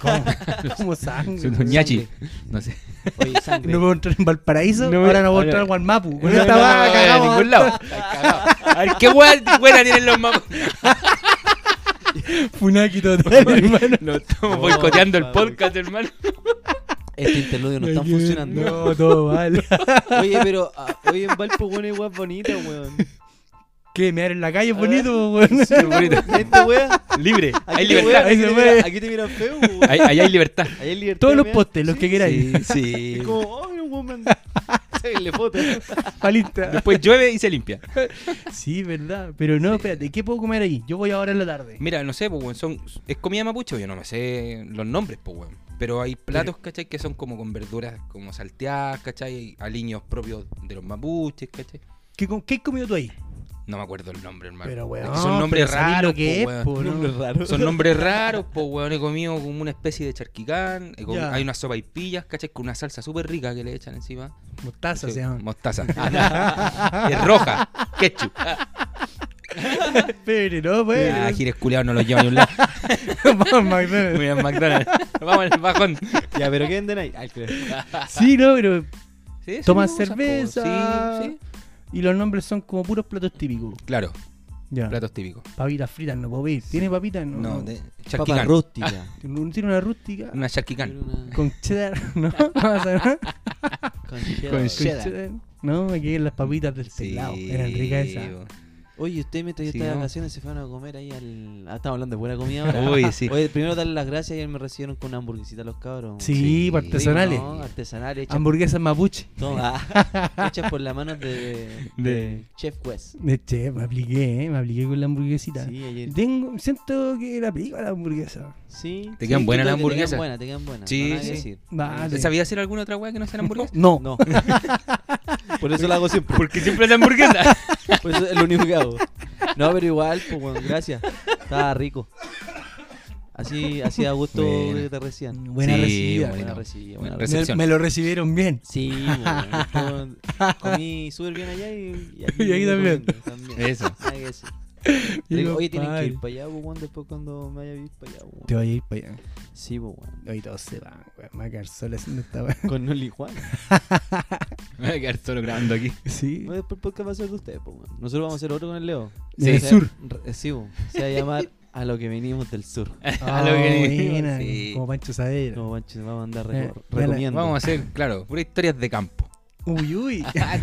Speaker 3: ¿Cómo? Como sangre.
Speaker 2: Son unos
Speaker 3: weón.
Speaker 2: ñachi. No sé.
Speaker 1: Oye, sangre.
Speaker 3: No puedo entrar en Valparaíso,
Speaker 2: No,
Speaker 3: ahora no puedo
Speaker 2: ahora-
Speaker 3: entrar en Guanmapu. Con
Speaker 2: No,
Speaker 3: esta
Speaker 2: no,
Speaker 3: weá
Speaker 2: no, no,
Speaker 3: cagamos
Speaker 2: a ningún
Speaker 3: harta.
Speaker 2: lado. A ver, qué buena, buena tienen los mapuches.
Speaker 3: Funaki total, hermano.
Speaker 2: No, estamos
Speaker 1: No,
Speaker 2: boicoteando el
Speaker 1: compadre.
Speaker 2: podcast, hermano.
Speaker 1: Este interludio no está
Speaker 3: Aquí-
Speaker 1: funcionando.
Speaker 3: No, todo mal.
Speaker 1: Oye, pero ah, oye en Valpo, weón, es weón bonita, weón.
Speaker 3: ¿Qué? ¿Mear en la calle es bonito, weón?
Speaker 2: Qué bonito.
Speaker 1: Este weón.
Speaker 2: Libre, hay
Speaker 1: Aquí te miran-
Speaker 2: libertad.
Speaker 3: ahí
Speaker 1: aquí,
Speaker 3: se
Speaker 1: te
Speaker 3: puede.
Speaker 1: miran- aquí te miran feo, weón.
Speaker 2: Ahí- Allá hay libertad.
Speaker 1: Ahí hay libertad,
Speaker 3: Todos los
Speaker 1: mira.
Speaker 3: postes, los
Speaker 1: Sí,
Speaker 3: que queráis.
Speaker 2: sí.
Speaker 1: Es como, ay, un weón. le foto.
Speaker 3: Palita.
Speaker 2: Después llueve y se limpia.
Speaker 3: Sí, verdad. Pero no, espérate, ¿qué puedo comer ahí? Yo voy ahora en la tarde.
Speaker 2: Mira, no sé, pues, weón, son, es comida mapuche, yo no me sé los nombres, pues, weón. Pero hay platos, ¿cachai? Que son como con verduras como salteadas, ¿cachai? Hay aliños propios de los mapuches, ¿cachai?
Speaker 3: ¿Qué, com- qué has comido tú ahí?
Speaker 2: No me acuerdo el nombre, hermano.
Speaker 3: Pero,
Speaker 2: Es que
Speaker 3: weón.
Speaker 2: son nombres
Speaker 3: pero sabés
Speaker 2: raros,
Speaker 3: lo que
Speaker 2: po,
Speaker 3: es,
Speaker 2: weón.
Speaker 3: po, ¿no?
Speaker 1: Nombre raro.
Speaker 2: Son nombres raros, pues, weón. He comido como una especie de charquicán. he comi-
Speaker 3: Ya.
Speaker 2: Hay unas sopa y pillas, ¿cachai? Con una salsa súper rica que le echan encima.
Speaker 3: Mostaza
Speaker 2: Sí,
Speaker 3: se llama.
Speaker 2: Mostaza. Ah, es roja. Ketchup.
Speaker 3: Pero no,
Speaker 2: Ah,
Speaker 3: bueno.
Speaker 2: gires culiados no los lleva a ningún lado.
Speaker 3: Vamos a McDonald's.
Speaker 2: Muy bien, McDonald's. Vamos al bajón.
Speaker 1: Ya, pero ¿qué venden ahí? Ay, claro.
Speaker 3: Sí, no, pero.
Speaker 2: Sí, sí,
Speaker 3: Tomas
Speaker 2: cosas, po.
Speaker 3: cerveza.
Speaker 2: Sí, sí.
Speaker 3: Y los nombres son como puros platos típicos.
Speaker 2: Claro,
Speaker 3: Ya.
Speaker 2: platos típicos.
Speaker 3: Papitas fritas, no puedo pedir. ¿Tiene papitas? No.
Speaker 2: No,
Speaker 3: no.
Speaker 2: de-
Speaker 1: Papa
Speaker 2: charquicán.
Speaker 1: rústica.
Speaker 3: Tiene una rústica.
Speaker 2: Una charquicán.
Speaker 3: Con cheddar, ¿no? Vamos a ver.
Speaker 1: Con
Speaker 2: Con
Speaker 1: cheddar.
Speaker 2: cheddar.
Speaker 3: No, aquí las papitas del pelado. Eran ricas esas.
Speaker 2: bo.
Speaker 1: Oye, usted mientras yo
Speaker 2: Sí,
Speaker 1: estaba de
Speaker 2: ¿no?
Speaker 1: vacaciones se fueron a comer ahí al. Ah, estamos hablando de buena comida ahora.
Speaker 2: Uy, sí.
Speaker 1: Oye, primero darle las gracias. Ayer me recibieron con una hamburguesita los cabros.
Speaker 3: Sí,
Speaker 2: Sí,
Speaker 3: para artesanales.
Speaker 1: No, artesanales. Hechas,
Speaker 3: Hamburguesas mapuche.
Speaker 1: Toma. hechas por las manos de, de
Speaker 2: De-
Speaker 1: Chef West.
Speaker 3: De Che, me apliqué, ¿eh? me apliqué con la hamburguesita.
Speaker 1: Sí, ayer.
Speaker 3: Tengo, siento que la aplico a la hamburguesa.
Speaker 1: Sí.
Speaker 2: Te quedan
Speaker 1: sí,
Speaker 2: buenas
Speaker 1: yo
Speaker 2: las
Speaker 1: creo que
Speaker 2: hamburguesas.
Speaker 1: Te quedan buenas, te
Speaker 2: Sí,
Speaker 1: quedan buenas. no hay nada que
Speaker 2: sí.
Speaker 1: decir.
Speaker 3: Vale.
Speaker 2: ¿Sabías hacer alguna otra weá que no sea hamburguesa?
Speaker 3: No.
Speaker 1: No. Por eso lo hago siempre.
Speaker 2: Porque siempre es hamburguesa.
Speaker 1: Por eso Pues, es lo único que hago. No, pero igual, pues bueno, gracias. Estaba rico. Así, así a gusto
Speaker 2: Buena.
Speaker 1: que te recibían.
Speaker 3: Buena
Speaker 2: Sí,
Speaker 3: recibida.
Speaker 2: bueno.
Speaker 1: Buena recibida, buena recibida.
Speaker 2: Buena
Speaker 3: Me,
Speaker 2: Recepción.
Speaker 3: me lo recibieron bien.
Speaker 1: Sí, bueno, después comí súper bien allá y,
Speaker 3: Y aquí también.
Speaker 1: comiendo también.
Speaker 2: Eso.
Speaker 1: Nada que decir.
Speaker 3: Y
Speaker 1: Rico.
Speaker 3: digo,
Speaker 1: Oye, tienen que
Speaker 3: "Padre,
Speaker 1: ir para allá, pues, bueno, después cuando me haya visto para allá. pues,
Speaker 3: Te
Speaker 1: bueno.
Speaker 3: voy a ir para allá.
Speaker 1: Sí, pues bueno.
Speaker 3: Hoy todos se van, weón. Me voy a quedar solo haciendo esta weá.
Speaker 1: Con Noli Juan.
Speaker 2: Me voy a quedar solo grabando aquí.
Speaker 3: Sí.
Speaker 1: No, después el podcast va a ser de ustedes, pues, bueno. Nosotros vamos a hacer otro con el Leo.
Speaker 3: Sí.
Speaker 1: O
Speaker 3: Del
Speaker 1: sea,
Speaker 3: sur.
Speaker 1: re- Sí, pues, se va a llamar A lo que venimos del sur.
Speaker 2: A lo que
Speaker 3: Ah,
Speaker 2: digo,
Speaker 3: buena,
Speaker 2: sí.
Speaker 3: Como Pancho Saavedra.
Speaker 1: No, Pancho, se vamos a andar
Speaker 3: Eh,
Speaker 1: reco-
Speaker 3: buena.
Speaker 1: recomiendo.
Speaker 2: Vamos a hacer, claro, puras historias de campo.
Speaker 3: Uy, uy.
Speaker 2: Ah,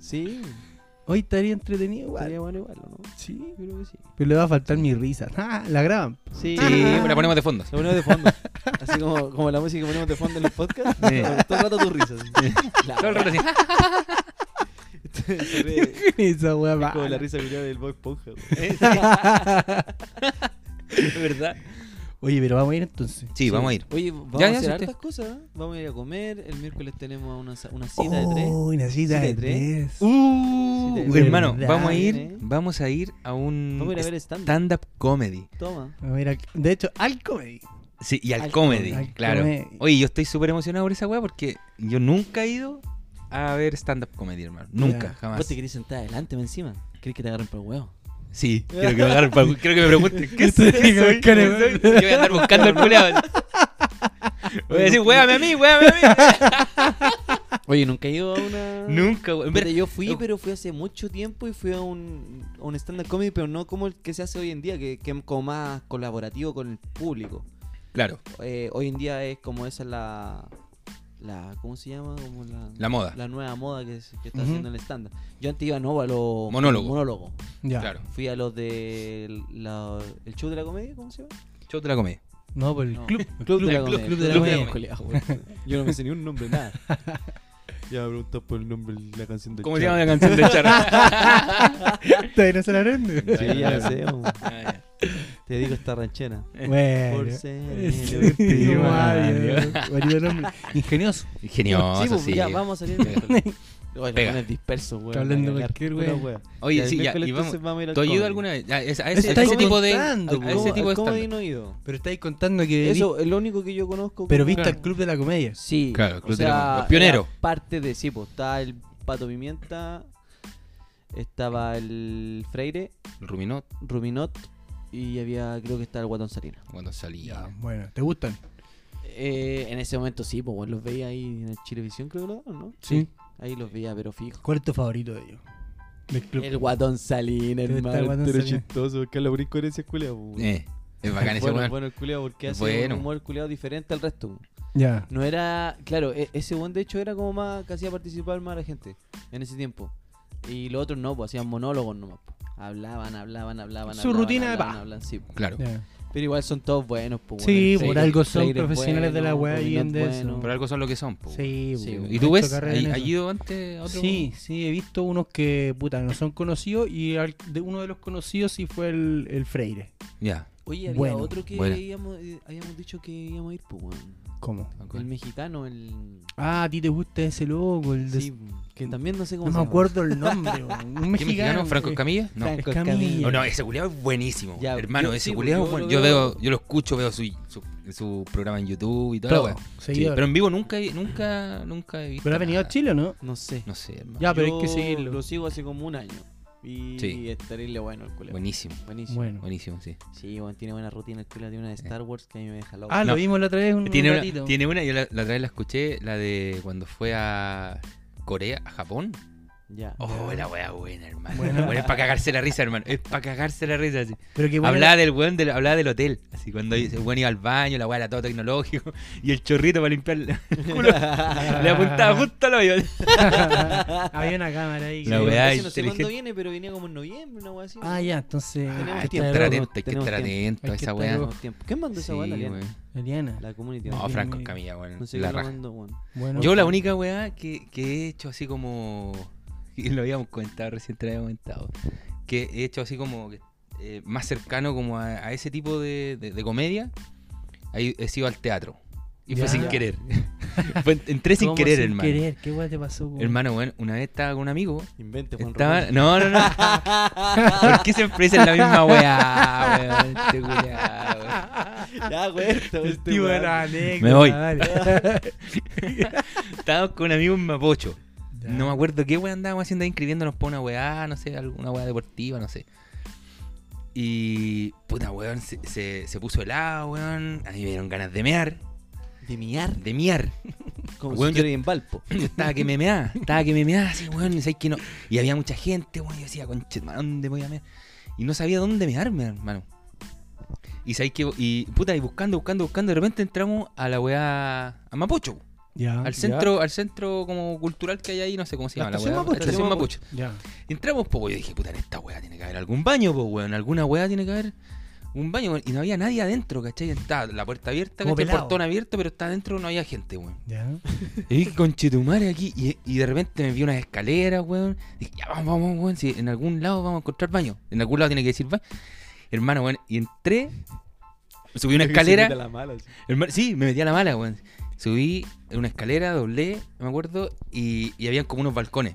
Speaker 1: Sí,
Speaker 3: Hoy estaría entretenido,
Speaker 1: estaría
Speaker 3: igual.
Speaker 1: bueno igual, ¿o ¿no?
Speaker 3: Sí.
Speaker 1: Yo creo que sí.
Speaker 3: Pero le va a faltar mi risa. Ah, la graban.
Speaker 1: Sí,
Speaker 2: Sí, la ponemos de fondo.
Speaker 1: Lo ponemos de fondo. Así como, como la música que ponemos de fondo en los podcasts.
Speaker 2: Sí.
Speaker 1: Todo el rato tus risas. La-
Speaker 2: Todo el rato así.
Speaker 1: se ríe.
Speaker 3: Esa weá va.
Speaker 1: Como la risa culiada del Bob Esponja. güey.
Speaker 2: ¿Verdad?
Speaker 3: Oye, pero vamos a ir entonces.
Speaker 2: Sí, vamos a ir.
Speaker 1: Oye, vamos
Speaker 2: Ya,
Speaker 1: a
Speaker 2: ya,
Speaker 1: hacer
Speaker 2: sí,
Speaker 1: hartas cosas. ¿eh? Vamos a ir a comer. El miércoles tenemos una, sa- una cita de
Speaker 2: Oh,
Speaker 1: tres.
Speaker 3: Uy, una cita
Speaker 1: Cita
Speaker 3: de
Speaker 1: de tres.
Speaker 3: tres.
Speaker 2: Uh,
Speaker 1: Sí, de
Speaker 2: hermano,
Speaker 3: verdad,
Speaker 2: vamos a ir,
Speaker 1: ¿eh?
Speaker 2: vamos a ir a un
Speaker 1: Vamos a ir a ver stand-up.
Speaker 2: stand-up comedy.
Speaker 1: Toma.
Speaker 3: A ver, ac- de hecho, al comedy.
Speaker 2: Sí, y al,
Speaker 1: Al
Speaker 2: comedy,
Speaker 3: comedy. Al
Speaker 2: claro.
Speaker 3: comedy.
Speaker 2: Oye, yo estoy súper emocionado por esa weá porque yo nunca he ido a ver stand-up comedy, hermano. Nunca,
Speaker 3: Ya.
Speaker 2: jamás.
Speaker 1: Vos te querés sentar adelante, me encima. ¿Crees que te agarren por el huevo?
Speaker 2: Sí, quiero que me agarren pa- quiero que me pregunten ¿qué
Speaker 3: Esto
Speaker 2: soy?
Speaker 3: tiene
Speaker 2: ¿Qué
Speaker 3: que
Speaker 2: soy?
Speaker 3: buscar
Speaker 2: ¿Qué
Speaker 3: el-
Speaker 2: soy? Yo voy a andar buscando el culeado. Voy a decir, weame a mí, weame a
Speaker 1: Oye, nunca he ido a una.
Speaker 2: mí. Nunca, weón.
Speaker 1: Puta, yo fui, pero fui hace mucho tiempo y fui a un, a un stand-up comedy, pero no como el que se hace hoy en día, que, que es como más colaborativo con el público.
Speaker 2: Claro,
Speaker 1: Eh, hoy en día es como esa la, la ¿cómo se llama? Como la,
Speaker 2: la moda.
Speaker 1: la nueva moda que, se- que está
Speaker 3: Ujú.
Speaker 1: haciendo el stand-up. Yo antes iba no a los
Speaker 2: Monólogo.
Speaker 1: monólogos.
Speaker 3: Ya.
Speaker 2: Claro.
Speaker 1: Fui a los de la- el show de la comedia, ¿cómo se llama?
Speaker 2: Yo te la comí.
Speaker 3: No, por el
Speaker 1: No.
Speaker 3: club.
Speaker 1: Club de la
Speaker 2: Club-
Speaker 1: comedia.
Speaker 2: Club
Speaker 3: de la
Speaker 1: Comedia, culiao, weón. Yo no me sé ni un nombre, nada. Ya me preguntas por el nombre de la canción de
Speaker 2: ¿Cómo se llama la canción de Charo?
Speaker 3: Todavía no se la aprende.
Speaker 1: Sí, ya lo sé, po.
Speaker 2: Ah, ya.
Speaker 1: Te digo esta ranchera.
Speaker 3: Bueno.
Speaker 1: Por ser
Speaker 3: Es
Speaker 1: el último
Speaker 2: Mario.
Speaker 1: año.
Speaker 3: Mario. Bonito nombre. Ingenioso.
Speaker 2: Ingenioso,
Speaker 1: Sí,
Speaker 2: sí.
Speaker 1: pues, ya vamos a salir. Oye, los
Speaker 2: Pega.
Speaker 1: pones dispersos, weón.
Speaker 3: Está hablando
Speaker 1: a cagar.
Speaker 3: cualquier
Speaker 1: Pura
Speaker 3: wea.
Speaker 2: Oye,
Speaker 1: el
Speaker 2: sí, ya,
Speaker 1: miércoles
Speaker 2: y vamos.
Speaker 1: entonces vamos a ir al
Speaker 2: ¿Tú ayudas
Speaker 1: comedy.
Speaker 2: alguna vez? A, a ese, a ese
Speaker 3: Estáis
Speaker 2: tipo de. A,
Speaker 3: contando,
Speaker 2: a
Speaker 3: po.
Speaker 2: ese tipo de.
Speaker 1: ¿Cómo
Speaker 2: stand-up.
Speaker 1: no he ido?
Speaker 3: Pero estáis contando que.
Speaker 1: Eso es lo único que yo conozco.
Speaker 3: Pero
Speaker 1: como-
Speaker 3: viste al Club de la Comedia.
Speaker 1: Sí.
Speaker 2: Claro,
Speaker 1: o
Speaker 2: Club de
Speaker 1: sea,
Speaker 2: la- los pioneros.
Speaker 1: era Parte de, sí, pues estaba el Pato Pimienta, estaba el Freire,
Speaker 2: Ruminot,
Speaker 1: Ruminot y había, creo que estaba el Guatón Salina.
Speaker 2: cuando salía.
Speaker 3: Bueno, ¿te gustan?
Speaker 1: Eh, en ese momento sí, pues bueno, los veía ahí en el Chilevisión, creo que lo daban, ¿no?
Speaker 3: Sí.
Speaker 1: Ahí los veía, pero fijo.
Speaker 3: ¿Cuál es tu favorito de ellos? Del club.
Speaker 1: El Guatón Salina,
Speaker 3: Está el
Speaker 1: hermano.
Speaker 3: Guatón
Speaker 1: entero
Speaker 3: Salina.
Speaker 1: chistoso, que es la única coherencia culia,
Speaker 2: Eh, es bacán ese
Speaker 1: bueno,
Speaker 2: weón.
Speaker 1: bueno el culiao porque
Speaker 2: Es
Speaker 1: hace
Speaker 2: bueno.
Speaker 1: un humor culiao diferente al resto.
Speaker 3: Ya.
Speaker 1: No era, claro, e- ese buen de hecho era como más que hacía participar más a la gente en ese tiempo. Y los otros no, pues hacían monólogos nomás. po. Hablaban, hablaban, hablaban.
Speaker 3: Su
Speaker 1: hablaban,
Speaker 3: rutina de
Speaker 1: hablaban,
Speaker 3: pa.
Speaker 1: hablaban, sí, po.
Speaker 2: Claro.
Speaker 3: ya.
Speaker 1: Pero igual son todos buenos, pues.
Speaker 3: Sí, por algo son profesionales de la wea y en de
Speaker 2: Por algo son lo que son, po.
Speaker 3: Sí,
Speaker 1: Sí,
Speaker 3: bo.
Speaker 1: bo.
Speaker 2: ¿Y tú ves?
Speaker 3: Cacho Carrera en
Speaker 2: ¿Hay,
Speaker 3: eso.
Speaker 2: hay ido antes a otro?
Speaker 3: Sí, sí, he visto unos que, puta, no son conocidos y al- de uno de los conocidos sí fue el, el Freire.
Speaker 2: Ya.
Speaker 1: Oye, había
Speaker 3: Bueno.
Speaker 1: otro que
Speaker 2: Bueno.
Speaker 1: íbamos- eh, habíamos dicho que íbamos a ir, pues, weón.
Speaker 3: ¿Cómo?
Speaker 2: ok.
Speaker 1: El mexicano, el.
Speaker 3: Ah, a ti te gusta ese loco, el de...
Speaker 1: Sí, que también no sé
Speaker 3: no
Speaker 1: cómo
Speaker 3: me
Speaker 1: se llama.
Speaker 3: acuerdo el nombre, bo. un mexicano.
Speaker 2: ¿Qué mexicano? ¿Franco
Speaker 3: eh,
Speaker 2: Escamilla? No.
Speaker 1: Franco
Speaker 3: Escamilla.
Speaker 1: Escamilla.
Speaker 2: Oh, no, ese culiao es buenísimo.
Speaker 1: Ya,
Speaker 2: Hermano,
Speaker 1: yo-
Speaker 2: ese
Speaker 1: sí,
Speaker 2: culiao
Speaker 1: yo
Speaker 2: es bueno.
Speaker 1: lo
Speaker 2: Yo,
Speaker 1: veo-
Speaker 2: veo, yo lo escucho, veo su, su, su programa en YouTube y toda la
Speaker 3: Todo,
Speaker 2: wea. Sí,
Speaker 3: seguidor.
Speaker 2: pero en vivo nunca, he- nunca, nunca he visto.
Speaker 3: ¿Pero ha venido a
Speaker 2: nada.
Speaker 3: Chile o no?
Speaker 1: No sé.
Speaker 2: No sé, hermano.
Speaker 3: Ya, Ah, pero
Speaker 1: Yo
Speaker 3: hay que seguirlo.
Speaker 1: Lo sigo hace como un año. Y
Speaker 2: Sí.
Speaker 1: es terrible bueno el culiao.
Speaker 2: Buenísimo,
Speaker 1: Buenísimo.
Speaker 3: Bueno.
Speaker 2: buenísimo, sí.
Speaker 1: Sí, bueno, tiene buena rutina el culiao. Tiene una de
Speaker 2: Eh.
Speaker 1: Star Wars que a mí me deja loco.
Speaker 3: Ah,
Speaker 2: No.
Speaker 3: lo vimos la otra vez un, un
Speaker 2: Tiene
Speaker 3: ratito.
Speaker 2: una, tiene una, yo la, la otra vez la escuché, la de cuando fue a Corea, a Japón.
Speaker 1: Ya.
Speaker 2: Oh, la wea buena, hermano.
Speaker 3: Buena.
Speaker 2: Bueno, es para cagarse la risa, hermano. Es para cagarse la risa, así.
Speaker 3: Pero que bueno,
Speaker 2: Hablaba del weón del, hablaba del hotel. Así cuando el weón iba al baño, la weá era todo tecnológico. Y el chorrito para limpiar el culo le apuntaba justo al hoyo.
Speaker 3: había una cámara ahí.
Speaker 2: La
Speaker 3: que-
Speaker 2: weá.
Speaker 1: Ese no sé cuándo
Speaker 2: inteligente.
Speaker 1: viene, pero venía como en noviembre, una wea así.
Speaker 3: Ah, ya, entonces...
Speaker 1: Tenemos
Speaker 2: Ah,
Speaker 3: Ah,
Speaker 2: hay que
Speaker 1: tiempo.
Speaker 2: estar
Speaker 1: loco,
Speaker 2: atento, hay que
Speaker 1: tenemos
Speaker 2: estar
Speaker 1: tiempo.
Speaker 2: atento a
Speaker 3: Hay que
Speaker 2: esa
Speaker 3: estar
Speaker 2: weá.
Speaker 3: loco.
Speaker 1: Tenemos tiempo. ¿Quién mandó esa
Speaker 2: Sí,
Speaker 1: wea, la Liana?
Speaker 2: weón.
Speaker 3: Eliana.
Speaker 1: La community.
Speaker 2: No,
Speaker 1: mandó.
Speaker 2: Franco Escamilla, weón.
Speaker 1: No sé
Speaker 2: La
Speaker 1: quién lo
Speaker 2: raja.
Speaker 1: mandó, weón.
Speaker 3: Bueno,
Speaker 2: Yo la única weá que, que he hecho así como. Y lo habíamos comentado, recién te lo había comentado. Que he hecho así como. eh, más cercano como a, a ese tipo de, de- de comedia. Ahí he sido al teatro. Y fue
Speaker 3: Ya.
Speaker 2: sin querer. Fue- entré sin
Speaker 3: ¿Cómo
Speaker 2: querer,
Speaker 3: sin
Speaker 2: hermano.
Speaker 3: querer? ¿Qué weá te pasó? weón?
Speaker 2: Hermano, bueno, una vez estaba con un amigo.
Speaker 1: Invente, Juan
Speaker 2: Estaba... No, no, no. ¿Por qué siempre dicen la misma weá, weón? Este culiao, weón.
Speaker 1: Romero. Ya, güey. esto,
Speaker 3: El
Speaker 1: este
Speaker 3: tipo
Speaker 1: weón.
Speaker 3: de la anécdota,
Speaker 2: Me voy.
Speaker 3: dale.
Speaker 2: Estaba con un amigo en Mapocho.
Speaker 3: Ya.
Speaker 2: No me acuerdo qué weá andábamos haciendo ahí inscribiéndonos para una weá, no sé, alguna weá deportiva, no sé. Y. Puta, weón, se, se, se puso helado, weón. A mí me dieron ganas de mear.
Speaker 1: De miar.
Speaker 2: De miar.
Speaker 1: Como
Speaker 2: Weón,
Speaker 1: si
Speaker 2: yo-
Speaker 1: estuviera en Valpo.
Speaker 2: Yo estaba que me meaba, estaba que me meaba así, weón, y sabes que no. Y había mucha gente, weón, y yo decía, conche, hermano, ¿dónde voy a mear? Y no sabía dónde mearme, hermano. Y sabéis que, y puta, y buscando, buscando, buscando, de repente entramos a la weá, a Mapocho,
Speaker 3: Ya,
Speaker 2: al
Speaker 3: Ah, ya,
Speaker 2: centro, al centro como cultural que hay ahí, no sé cómo se
Speaker 3: La
Speaker 2: llama la,
Speaker 3: estación
Speaker 2: weá,
Speaker 3: Mapocho.
Speaker 1: Estación
Speaker 2: estación Mapocho.
Speaker 3: Ya.
Speaker 2: Y entramos, po, weón, y dije, puta, en esta weá tiene que haber algún baño, po, weón, alguna weá tiene que haber un baño, weón, y no había nadie adentro, ¿cachai? Estaba la puerta abierta,
Speaker 3: Como
Speaker 2: ¿cachai? El
Speaker 3: pelado.
Speaker 2: portón abierto, pero estaba adentro, no había gente, weón.
Speaker 3: Ya.
Speaker 2: Y dije, conchetumare aquí. Y, y de repente me vi unas escaleras, weón. Dije, ya vamos, vamos, weón. Si en algún lado vamos a encontrar baño. En algún lado tiene que decir baño. Hermano, weón. Y entré. Subí una
Speaker 1: Se
Speaker 2: escalera.
Speaker 1: la mala, así.
Speaker 2: hermano, sí, me metí a la mala, weón. Subí una escalera, doblé, me acuerdo. Y, y habían como unos balcones.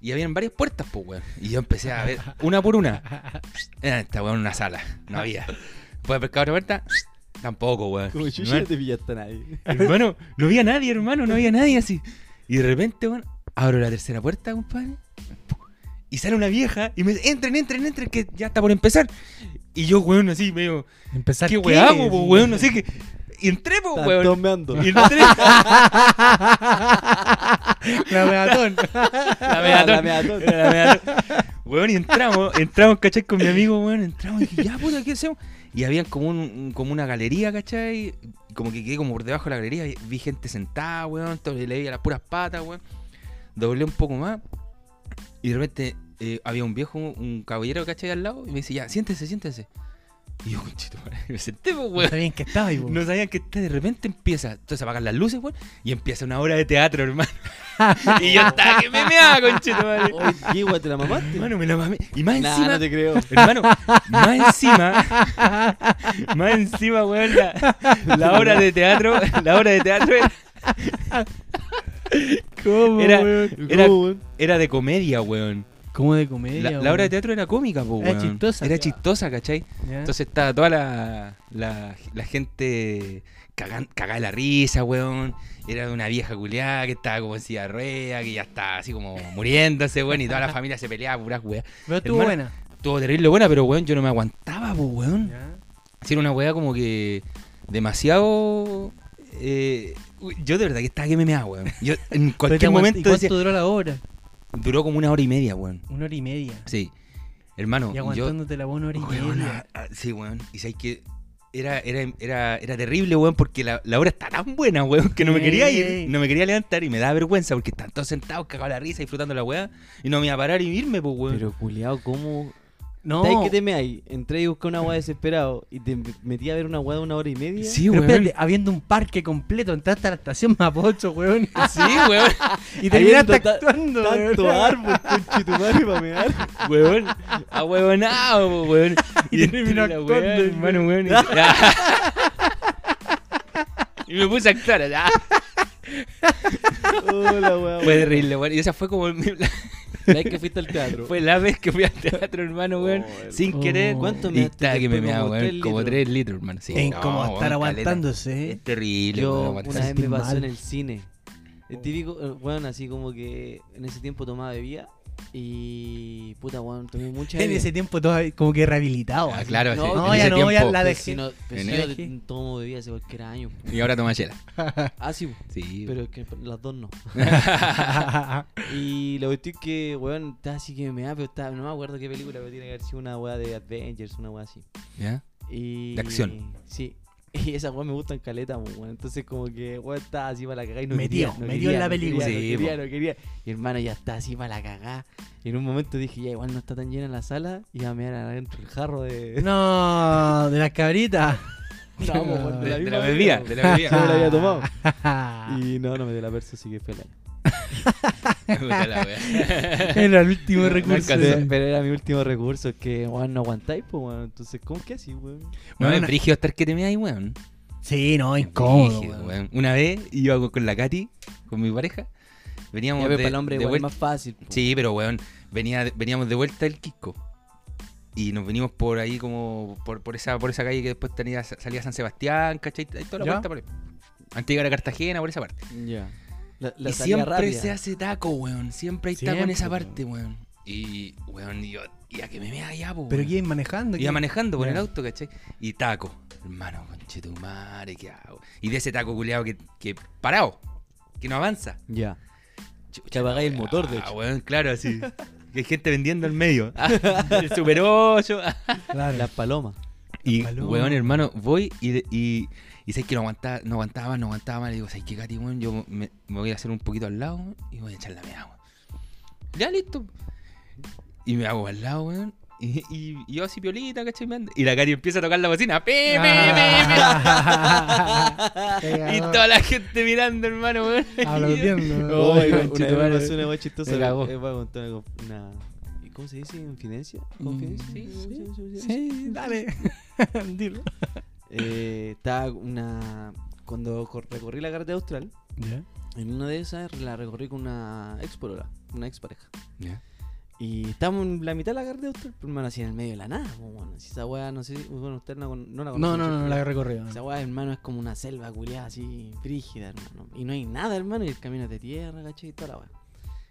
Speaker 2: Y habían varias puertas, pues, weón. Y yo empecé a ver una por una. Era Esta weón, una sala. No había. Después de pescar otra puerta. Tampoco, weón.
Speaker 1: Como yo
Speaker 2: Hermano,
Speaker 1: ya no te pillaste a nadie.
Speaker 2: Hermano, no había nadie, hermano, no había nadie así. Y de repente, bueno, abro la tercera puerta, compadre. Y sale una vieja y me dice, entren, entren, entren, que ya está por empezar. Y yo, weón, así, medio,
Speaker 3: Empezar
Speaker 2: ¿qué
Speaker 3: qué?
Speaker 2: weón hago, po, weón? No sé qué. Y entré, po,
Speaker 1: Están todos
Speaker 2: Oh, weón.
Speaker 1: meando.
Speaker 2: Y entré,
Speaker 3: La megatón.
Speaker 2: la
Speaker 1: La
Speaker 2: megatón.
Speaker 1: meatón.
Speaker 2: Era la megatón. Weón, y entramos, entramos, ¿cachai? Con mi amigo, weón, entramos y dije, ya, puta, ¿qué hacemos? Y había como, un- un- como una galería, ¿cachai? Y Como que quedé como por debajo de la galería, y vi gente sentada, weón, todo, le veía las puras patas, weón. Doblé un poco más y de repente eh, había un viejo, un caballero, ¿cachai? Al lado y me dice, ya, siéntese, siéntese. Y yo, conchito, me senté, pues,
Speaker 3: No
Speaker 2: weón.
Speaker 3: sabían que estaba ahí, po.
Speaker 2: No sabían que este de repente empieza. Entonces apagan las luces, weón. Y empieza una obra de teatro, hermano. y yo estaba que me meaba, conchito, madre.
Speaker 1: Oye, ¿qué, weón, te la mamaste?
Speaker 2: Hermano, me la mamé. Y más
Speaker 1: Nah,
Speaker 2: encima.
Speaker 1: no te creo.
Speaker 2: Hermano, más encima. más encima, weón, la, la obra de teatro. La obra de teatro era,
Speaker 3: ¿Cómo,
Speaker 2: Era-
Speaker 3: weón?
Speaker 2: Era-
Speaker 1: ¿Cómo, weón?
Speaker 2: era de comedia, weón.
Speaker 3: ¿Cómo de comedia?
Speaker 2: La, la
Speaker 3: weón?
Speaker 2: obra de teatro era cómica, po,
Speaker 3: Era
Speaker 2: weón.
Speaker 3: chistosa.
Speaker 2: Era chistosa, ¿cachai?
Speaker 3: Ya.
Speaker 2: Entonces estaba toda la, la, la gente cagan- cagada de la risa, weón. Era una vieja culiada que estaba como en silla de ruedas, que ya estaba así como muriéndose, weón. Y toda la familia se peleaba, puras weas.
Speaker 3: Pero estuvo
Speaker 2: hermano,
Speaker 3: buena.
Speaker 2: Todo terrible buena, pero weón, yo no me aguantaba, po, weón.
Speaker 3: Ya.
Speaker 2: Así era una wea como que demasiado... eh, uy, yo de verdad que estaba que me meaba, weón. Yo en
Speaker 3: Pero te
Speaker 2: cualquier
Speaker 3: aguant- ¿Y
Speaker 2: momento
Speaker 3: cuánto
Speaker 2: decía-
Speaker 3: duró la obra?
Speaker 2: duró como una hora y media, weón.
Speaker 3: Una hora y media.
Speaker 2: Sí. Hermano,
Speaker 3: y
Speaker 2: yo
Speaker 3: aguantándote la una hora y
Speaker 2: Weón,
Speaker 3: media.
Speaker 2: ah, ah, sí, weón. Y sabes que era, era, era, era terrible, weón, porque la, la obra está tan buena, weón, que no me quería
Speaker 3: Sí.
Speaker 2: ir, no me quería levantar y me daba vergüenza porque están todos sentados, cagados la risa, disfrutando la weá, y no me iba a parar y irme, pues, weón.
Speaker 1: Pero, culiao, ¿cómo?
Speaker 3: No.
Speaker 1: ¿Sabes que te me hay? Entré y busqué una weá desesperado y te metí a ver una weá de una hora y media.
Speaker 2: sí,
Speaker 3: Pero
Speaker 2: weón.
Speaker 3: espérate, habiendo un parque completo, entraste a la estación Mapocho, weón.
Speaker 2: Sí, weón.
Speaker 3: Y terminaste
Speaker 1: Habiendo ta-
Speaker 3: actuando,
Speaker 1: Tanto
Speaker 3: weón.
Speaker 1: árbol, conchetumare, para mear.
Speaker 2: Weón. Ah, weón, weón.
Speaker 3: Y
Speaker 2: entré
Speaker 3: terminó
Speaker 2: la
Speaker 3: actuando,
Speaker 2: weá,
Speaker 3: weón.
Speaker 2: hermano, weón. Y, y me puse a actuar. ah.
Speaker 1: Hola, weá.
Speaker 2: Fue terrible, weón. Y esa fue como mi- la-
Speaker 1: ¿Sabes que fuiste al teatro?
Speaker 2: fue la vez que fui al teatro, hermano, weón.
Speaker 1: Oh,
Speaker 2: sin
Speaker 3: oh.
Speaker 2: querer.
Speaker 1: ¿Cuánto
Speaker 2: Y
Speaker 1: me
Speaker 2: está que me meaba,
Speaker 1: como
Speaker 2: weón,
Speaker 1: tres
Speaker 2: Como
Speaker 1: litros.
Speaker 2: 3 litros, hermano. Sí,
Speaker 3: En
Speaker 2: no,
Speaker 3: cómo estar
Speaker 2: weón, caleta.
Speaker 3: aguantándose, ¿eh?
Speaker 2: Es terrible, weón,
Speaker 1: Yo una
Speaker 2: aguantar.
Speaker 1: vez me
Speaker 3: Sentir
Speaker 1: pasó
Speaker 3: mal.
Speaker 1: en el cine. El típico, eh, weón, así como que en ese tiempo tomaba bebida y. puta, weón, tomé mucha
Speaker 3: En
Speaker 1: bebida.
Speaker 3: ese tiempo todo como que rehabilitado.
Speaker 2: Ah,
Speaker 3: así.
Speaker 2: claro,
Speaker 1: No,
Speaker 2: sí,
Speaker 1: no,
Speaker 2: en
Speaker 1: ya
Speaker 2: ese
Speaker 3: no,
Speaker 2: tiempo.
Speaker 3: ya la
Speaker 1: Pero
Speaker 3: de-
Speaker 1: si no- pero
Speaker 2: En
Speaker 1: si yo
Speaker 3: el-
Speaker 1: de- tomo bebida hace cualquier año.
Speaker 2: Y ahora toma chela.
Speaker 1: Ah, sí, po.
Speaker 2: Sí.
Speaker 1: pero es que las dos no. Y la cuestión es que, weón, está así que me da, pero está, no me acuerdo qué película, pero tiene que haber sido una weá de Avengers, una weá así.
Speaker 2: ¿Ya?
Speaker 1: Y...
Speaker 2: De acción.
Speaker 1: Sí. Y esas weas me gustan caleta, po, weón. Entonces, como que, weón, estaba así para la cagada y no quería.
Speaker 3: Metió,
Speaker 1: No
Speaker 3: metió
Speaker 1: quería,
Speaker 3: en la
Speaker 1: no
Speaker 3: película.
Speaker 1: quería,
Speaker 2: Sí,
Speaker 1: no quería,
Speaker 2: po.
Speaker 1: no quería. Y hermano, ya está así para la cagada. Y en un momento dije, ya igual no está tan llena la sala. Y ya me dan adentro el jarro de.
Speaker 3: No, de las cabritas.
Speaker 1: No, po, weón,
Speaker 2: De, de
Speaker 1: misma
Speaker 2: la bebida,
Speaker 1: po.
Speaker 2: de la
Speaker 1: Yo me
Speaker 2: bebida. Ah.
Speaker 1: la había tomado. Y no, no me dio la verso, así que fue la.
Speaker 2: Puta la wea.
Speaker 3: Era el último
Speaker 2: No
Speaker 3: recurso.
Speaker 2: alcancé.
Speaker 1: Pero, pero era mi último recurso, que, weón, no aguantáis, pues, weón. Entonces, ¿cómo que así, weón?
Speaker 2: No,
Speaker 3: Bueno,
Speaker 2: es
Speaker 3: una-
Speaker 2: brígido estar que te meas ahí, weón.
Speaker 3: Sí, no, incómodo.
Speaker 2: Brígido,
Speaker 3: weón.
Speaker 2: weón. Una vez iba con- con la Katy, con mi pareja.
Speaker 1: Ya,
Speaker 2: Veníamos
Speaker 1: pero
Speaker 2: de,
Speaker 1: para el hombre
Speaker 2: de
Speaker 1: igual es
Speaker 2: vuelta-
Speaker 1: más fácil. po.
Speaker 2: Sí, pero weón, venía, de- veníamos de vuelta del Quisco. Y nos venimos por ahí como por, por esa por esa calle que después tenía, salía San Sebastián, ¿cachai? Ahí toda la
Speaker 3: ¿Ya?
Speaker 2: vuelta por ahí. Antes de llegar a Cartagena, por esa parte.
Speaker 1: Ya. La, la
Speaker 2: y
Speaker 1: salida
Speaker 2: siempre
Speaker 1: rápida.
Speaker 2: se hace taco, weón. Siempre hay taco en
Speaker 3: Siempre,
Speaker 2: esa
Speaker 3: weón.
Speaker 2: parte, weón. Y, weón, y yo, y a que me mea allá, po,
Speaker 3: Pero
Speaker 2: weón.
Speaker 3: ¿quién manejando?
Speaker 2: Iba
Speaker 3: ¿Quién?
Speaker 2: manejando por el
Speaker 3: Ya.
Speaker 2: auto, ¿cachai? Y taco. Hermano, conchetumare, ¿qué hago? Y de ese taco culeado que, que parado, que no avanza.
Speaker 1: Ya.
Speaker 2: Chucha,
Speaker 1: Te apagáis el
Speaker 2: la
Speaker 1: motor, de
Speaker 2: weá,
Speaker 1: hecho.
Speaker 2: weón, claro, así. Que hay gente vendiendo al medio. el Super 8.
Speaker 3: Claro.
Speaker 1: Las palomas.
Speaker 2: y,
Speaker 3: Paloma.
Speaker 2: weón, hermano, voy y, de- y, y sabes que no aguantaba, no aguantaba más, no aguantaba más. Le digo, ¿sabes qué, Katy, weón? Yo me, me voy a hacer un poquito al lado weón, y voy a echar la meada, weón. Ya, listo. Y me hago al lado, weón. Y, y- y yo así piolita, ¿cachai? Me ando. Y la Katy empieza a tocar la bocina. ¡Pi, pi,
Speaker 3: Ah.
Speaker 2: pi, pi! Y toda la gente mirando, hermano, weón.
Speaker 3: Aplaudiendo.
Speaker 2: Oh,
Speaker 1: Oh,
Speaker 2: Ay,
Speaker 1: una
Speaker 2: concha
Speaker 1: vez
Speaker 2: tu
Speaker 1: me
Speaker 2: madre.
Speaker 1: pasó una wea chistosa.
Speaker 2: Me
Speaker 1: eh,
Speaker 2: cagó.
Speaker 1: Voy a contar una conf- una... ¿y ¿Cómo se dice? ¿Infidencia? ¿Confidencia?
Speaker 2: Mm, sí,
Speaker 3: Sí, dale. Dilo.
Speaker 1: Eh, estaba una... Cuando cor- recorrí la carretera austral,
Speaker 3: Ya.
Speaker 1: en una de esas la recorrí con una ex polola, una ex pareja.
Speaker 2: Ya.
Speaker 1: Y estábamos en la mitad de la carretera austral, pero, hermano, así en el medio de la nada. po, bueno. Así esa weá, no sé, si- bueno, usted no, la con- no la conoce.
Speaker 3: No, no, no,
Speaker 1: ¿cierto?
Speaker 3: no la he recorrido.
Speaker 1: Esa weá, hermano, es como una selva culiada así, frígida, hermano. Y no hay nada, hermano, y el camino es de tierra, ¿cachai? Y toda la weá.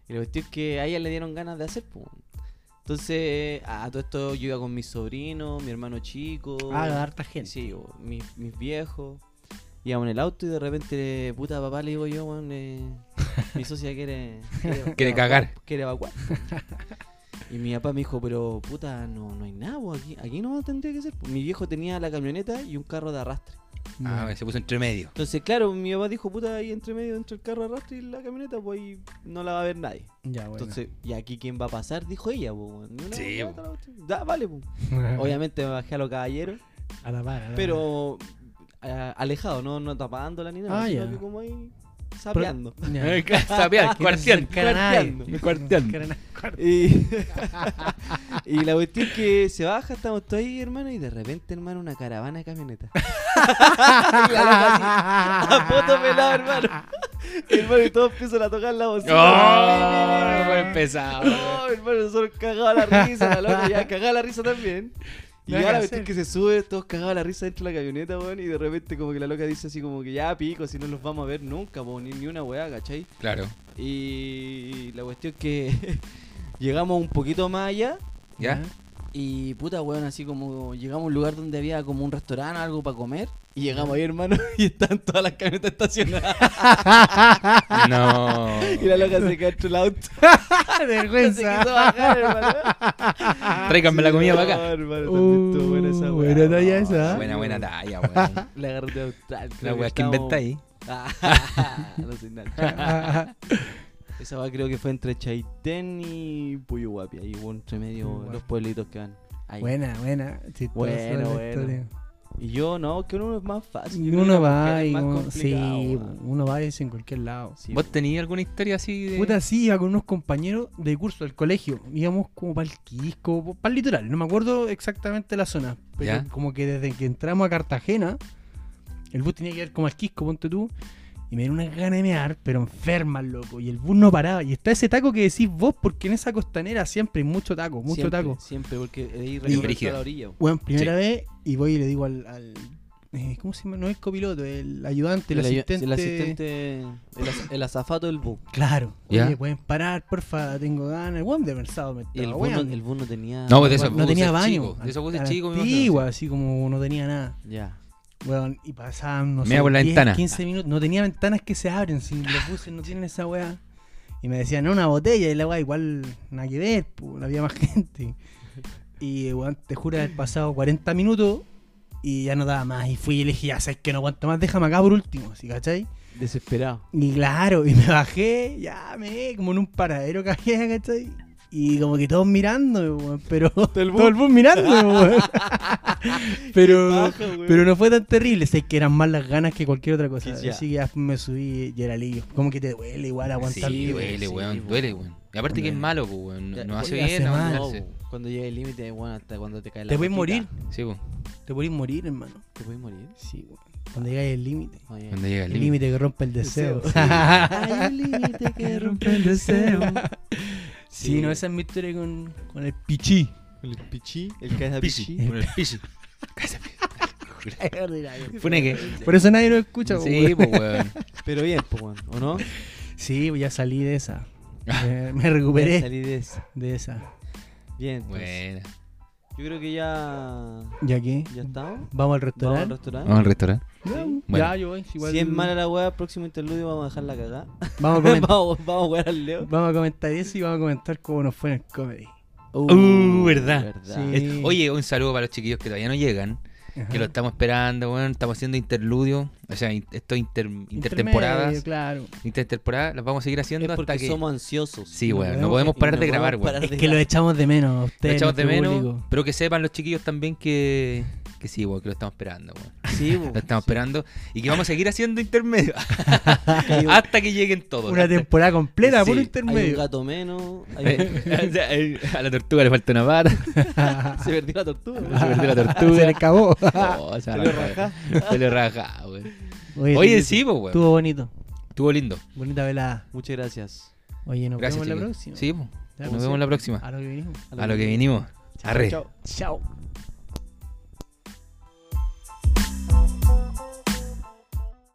Speaker 1: Y la cuestión es que a ella le dieron ganas de hacer, pues. Entonces, a a todo esto yo iba con mis sobrinos, mi hermano chico.
Speaker 3: Ah, harta gente.
Speaker 1: Sí, o mis, mis viejos. Íbamos en el auto y de repente, puta papá, le digo yo, weón, eh, mi socia quiere.
Speaker 2: Quiere cagar.
Speaker 1: Quiere evacuar. Y mi papá me dijo, pero puta, no, no hay nada, po, aquí, aquí no tendría que ser. po". Mi viejo tenía la camioneta y un carro de arrastre.
Speaker 2: Ah,
Speaker 3: Ya.
Speaker 2: se puso entre medio.
Speaker 1: Entonces, claro, mi papá dijo, puta, ahí entre medio, entre el carro de arrastre y la camioneta, pues ahí no la va a ver nadie.
Speaker 3: Ya, bueno.
Speaker 1: Entonces, ¿y aquí quién va a pasar? Dijo ella, pues.
Speaker 2: Sí, po.
Speaker 1: vale, po. Obviamente me pues. bajé a los caballeros
Speaker 3: A la par, a la par.
Speaker 1: Pero a- alejado, no, no tapándola ni nada.
Speaker 3: Ah,
Speaker 1: sino
Speaker 3: ya.
Speaker 1: que como ahí sapeando.
Speaker 3: Ya.
Speaker 2: Sapear,
Speaker 3: Que no se
Speaker 2: cuarteando.
Speaker 3: acercara a nadie.
Speaker 1: Cuarteando.
Speaker 2: Cuarteando.
Speaker 3: Que era na-
Speaker 1: Y, y la cuestión es que se baja, estamos todos ahí, hermano, y de repente, hermano, una caravana de camionetas. Y la loca así, a foto pelado, hermano. Y, hermano, y todos empiezan a tocar la bocina.
Speaker 2: ¡Oh! Fue pesado.
Speaker 1: No, hermano, nosotros cagados a la risa, la loca ya cagada la risa también. Y
Speaker 3: Nada
Speaker 1: ya
Speaker 3: que
Speaker 1: la cuestión
Speaker 3: hacer.
Speaker 1: es que se sube, todos cagados a la risa dentro de la camioneta, weón, y de repente como que la loca dice así como que ya pico, si no los vamos a ver nunca, po, ni, ni una weá, ¿cachai?
Speaker 2: Claro.
Speaker 1: Y la cuestión es que llegamos un poquito más allá
Speaker 2: ¿Ya?
Speaker 1: y puta weón, así como llegamos a un lugar donde había como un restaurante, algo para comer. Y llegamos ahí, hermano, y están todas las camionetas estacionadas.
Speaker 2: No.
Speaker 1: Y la loca se quedó entre el auto.
Speaker 3: Ah,
Speaker 1: Se quiso
Speaker 3: vergüenza.
Speaker 1: bajar, hermano.
Speaker 2: Tráiganme la comida
Speaker 1: Sí,
Speaker 2: para acá.
Speaker 1: no, hermano, también estuvo buena esa
Speaker 3: Uh,
Speaker 1: weá.
Speaker 3: buena talla esa, ¿ah?
Speaker 2: Buena, buena talla, weón.
Speaker 1: La agarré de Austral.
Speaker 2: La
Speaker 1: creo
Speaker 2: weá que
Speaker 1: estamos-
Speaker 2: inventáis.
Speaker 1: Ah, no sé nada.
Speaker 3: Ah,
Speaker 1: Esa weá creo que fue entre Chaitén y Puyo Guapi. Ahí hubo entre medio
Speaker 3: Puyo Guapi.
Speaker 1: los pueblitos que van. Ahí.
Speaker 3: Buena, buena. chistosa
Speaker 1: Bueno,
Speaker 3: la
Speaker 1: bueno.
Speaker 3: historia.
Speaker 1: Y yo no, que uno es más fácil.
Speaker 3: Y
Speaker 1: yo creo
Speaker 3: uno
Speaker 1: que la mujer
Speaker 3: va
Speaker 1: es
Speaker 3: y
Speaker 1: más
Speaker 3: como- sí,
Speaker 1: complicado, weón.
Speaker 3: uno va y es en cualquier lado.
Speaker 1: Sí,
Speaker 2: ¿Vos tenías alguna historia así de.?
Speaker 3: Puta, sí, iba con unos compañeros de curso del colegio. Íbamos como para el Quisco, para el litoral. No me acuerdo exactamente la zona. Pero
Speaker 2: Ya.
Speaker 3: como que desde que entramos a Cartagena, el bus tenía que ir como al Quisco, ponte tú. Y me dieron una ganas de mear, pero enferma, loco. Y el bus no paraba. Y está ese taco que decís vos, porque en esa costanera siempre hay mucho taco, mucho
Speaker 1: siempre,
Speaker 3: taco.
Speaker 1: Siempre, porque ahí
Speaker 2: brígido.
Speaker 1: recorre la orilla. weón.
Speaker 3: Bueno, primera vez, y voy y le digo al. al- eh, ¿Cómo se llama? No es copiloto, el ayudante, el,
Speaker 1: ayu-
Speaker 3: asistente.
Speaker 1: El asistente. El, az- el azafato del bus.
Speaker 3: Claro.
Speaker 2: ¿Ya?
Speaker 3: Oye, pueden parar, porfa, tengo ganas. Weón, de versado me
Speaker 1: Y el
Speaker 3: estaba,
Speaker 1: bus, no,
Speaker 3: weón.
Speaker 1: el bus no tenía.
Speaker 2: No, pues de esos
Speaker 3: no
Speaker 2: buses
Speaker 3: tenía baño.
Speaker 2: chicos, de esos buses
Speaker 3: A la
Speaker 2: chicos, me imagino,
Speaker 3: Antigua, así como no tenía nada.
Speaker 1: Ya.
Speaker 3: Weón, y pasaban, no
Speaker 2: Mea
Speaker 3: sé,
Speaker 2: por la
Speaker 3: 10,
Speaker 2: ventana.
Speaker 3: 15 minutos. No tenía ventanas que se abren, si los buses no tienen esa weá. Y me decían, no, una botella. Y la weá, igual, nada que ver, po, no había más gente. Y weón, te juro haber pasado 40 minutos y ya no daba más. Y fui y le dije, ya sabes que no aguanto más, déjame acá por último, ¿sí, cachai?
Speaker 1: Desesperado.
Speaker 3: Y claro, y me bajé, ya me, como en un paradero cajé, ¿cachai? Y como que todos mirándome, weón, pero. Todo
Speaker 1: el bus.
Speaker 3: bus mirándome, weón. pero.
Speaker 1: Baja, weón.
Speaker 3: Pero no fue tan terrible, sé que eran más las ganas que cualquier otra cosa.
Speaker 1: Sí, ya.
Speaker 3: Así que ya me subí y era alivio. Como que te duele igual aguantar.
Speaker 2: Sí,
Speaker 1: Sí,
Speaker 2: duele,
Speaker 1: sí,
Speaker 2: weón.
Speaker 1: weón.
Speaker 2: Duele, weón. Y aparte que es
Speaker 3: Duele.
Speaker 2: malo, pues, weón. No-
Speaker 1: Ya,
Speaker 2: No hace
Speaker 3: porque hace
Speaker 2: bien
Speaker 3: mal.
Speaker 2: aguantarse.
Speaker 1: No, cuando llega el límite, bueno, hasta cuando te cae la
Speaker 3: Te puedes
Speaker 1: gotita.
Speaker 3: morir,
Speaker 2: Sí, pues.
Speaker 3: te puedes morir, hermano.
Speaker 1: ¿Te puedes morir?
Speaker 3: Sí, weón. Cuando llegáis al límite.
Speaker 1: No, ya.
Speaker 2: Cuando llega el
Speaker 3: El
Speaker 2: límite.
Speaker 3: límite que rompe el deseo.
Speaker 1: Deseo.
Speaker 3: Hay
Speaker 1: un límite que
Speaker 3: rompe el deseo. Sí,
Speaker 1: Sí.
Speaker 3: no, esa es mi historia con, con el pichí.
Speaker 1: El pichí, el que es pichí.
Speaker 2: Por el piso. Pone que.
Speaker 3: Por eso nadie lo escucha,
Speaker 2: Sí,
Speaker 3: weón.
Speaker 2: pues, weón.
Speaker 1: Pero bien, pues, weón, ¿o no?
Speaker 3: Sí, ya salí de esa.
Speaker 2: Ah.
Speaker 3: Me, me
Speaker 1: Ya
Speaker 3: recuperé
Speaker 1: Salí de esa.
Speaker 3: de esa.
Speaker 1: Bien, entonces.
Speaker 2: Buena.
Speaker 1: Yo creo que ya.
Speaker 3: ¿Y aquí?
Speaker 1: Ya estamos.
Speaker 3: ¿Vamos al
Speaker 1: Vamos al
Speaker 3: restaurante?
Speaker 1: restaurante.
Speaker 2: Vamos al restaurante.
Speaker 1: Sí.
Speaker 2: Bueno.
Speaker 3: Ya, yo voy. igual-
Speaker 1: Si es mala la weá, próximo interludio vamos a dejar la cagada.
Speaker 3: Vamos a, comentar,
Speaker 1: vamos, vamos a wear al Leo.
Speaker 3: vamos a comentar eso y vamos a comentar cómo nos fue en el comedy.
Speaker 2: Uh, verdad.
Speaker 1: Sí.
Speaker 3: Sí.
Speaker 2: Oye, un saludo para los chiquillos que todavía no llegan.
Speaker 3: Ajá.
Speaker 2: Que lo estamos esperando, weón. Estamos haciendo interludio. O sea, in- esto es inter-
Speaker 3: Intermedio,
Speaker 2: intertemporadas.
Speaker 3: Claro.
Speaker 2: Intertemporadas. Las vamos a seguir haciendo
Speaker 1: Es
Speaker 2: hasta
Speaker 1: porque
Speaker 2: que.
Speaker 1: somos ansiosos.
Speaker 2: Sí,
Speaker 3: No
Speaker 2: weón. No podemos
Speaker 3: podemos-
Speaker 1: y
Speaker 2: parar
Speaker 1: no
Speaker 2: de grabar,
Speaker 1: podemos
Speaker 2: weón.
Speaker 1: parar
Speaker 3: Es que lo echamos de menos a
Speaker 2: Lo
Speaker 3: ustedes.
Speaker 2: echamos de
Speaker 3: nuestro
Speaker 2: menos.
Speaker 3: público.
Speaker 2: Pero que sepan los chiquillos también que. Que sí, weón. Que lo estamos esperando, weón.
Speaker 1: Sí, weón.
Speaker 2: Lo estamos
Speaker 1: Sí.
Speaker 2: esperando. Y que vamos a seguir haciendo intermedio. hasta que lleguen todos.
Speaker 3: Una
Speaker 2: Hasta-
Speaker 3: temporada completa,
Speaker 2: Sí,
Speaker 3: por
Speaker 1: Hay un
Speaker 3: intermedio.
Speaker 1: gato menos. hay un-
Speaker 2: Eh, o sea, eh, a la tortuga le falta una pata.
Speaker 1: Se perdió la tortuga.
Speaker 2: Se
Speaker 1: weón.
Speaker 2: perdió la
Speaker 3: Se
Speaker 2: tortuga.
Speaker 3: le acabó.
Speaker 2: Oh, se
Speaker 1: Se
Speaker 2: la
Speaker 1: le
Speaker 2: raja.
Speaker 1: rajá.
Speaker 2: Se le raja, weón. Oye, sí, pues, weón.
Speaker 3: Estuvo bonito.
Speaker 2: Estuvo lindo.
Speaker 3: Bonita velada.
Speaker 1: Muchas gracias.
Speaker 3: Oye, nos
Speaker 2: Gracias.
Speaker 3: vemos la
Speaker 2: chiquillos.
Speaker 3: próxima.
Speaker 2: Sí, pues.
Speaker 3: Ya,
Speaker 2: Nos
Speaker 3: pues,
Speaker 2: vemos
Speaker 3: sí.
Speaker 2: la próxima.
Speaker 3: A lo que vinimos.
Speaker 2: A lo que vinimos. Arre.
Speaker 1: Chao.
Speaker 3: Chao.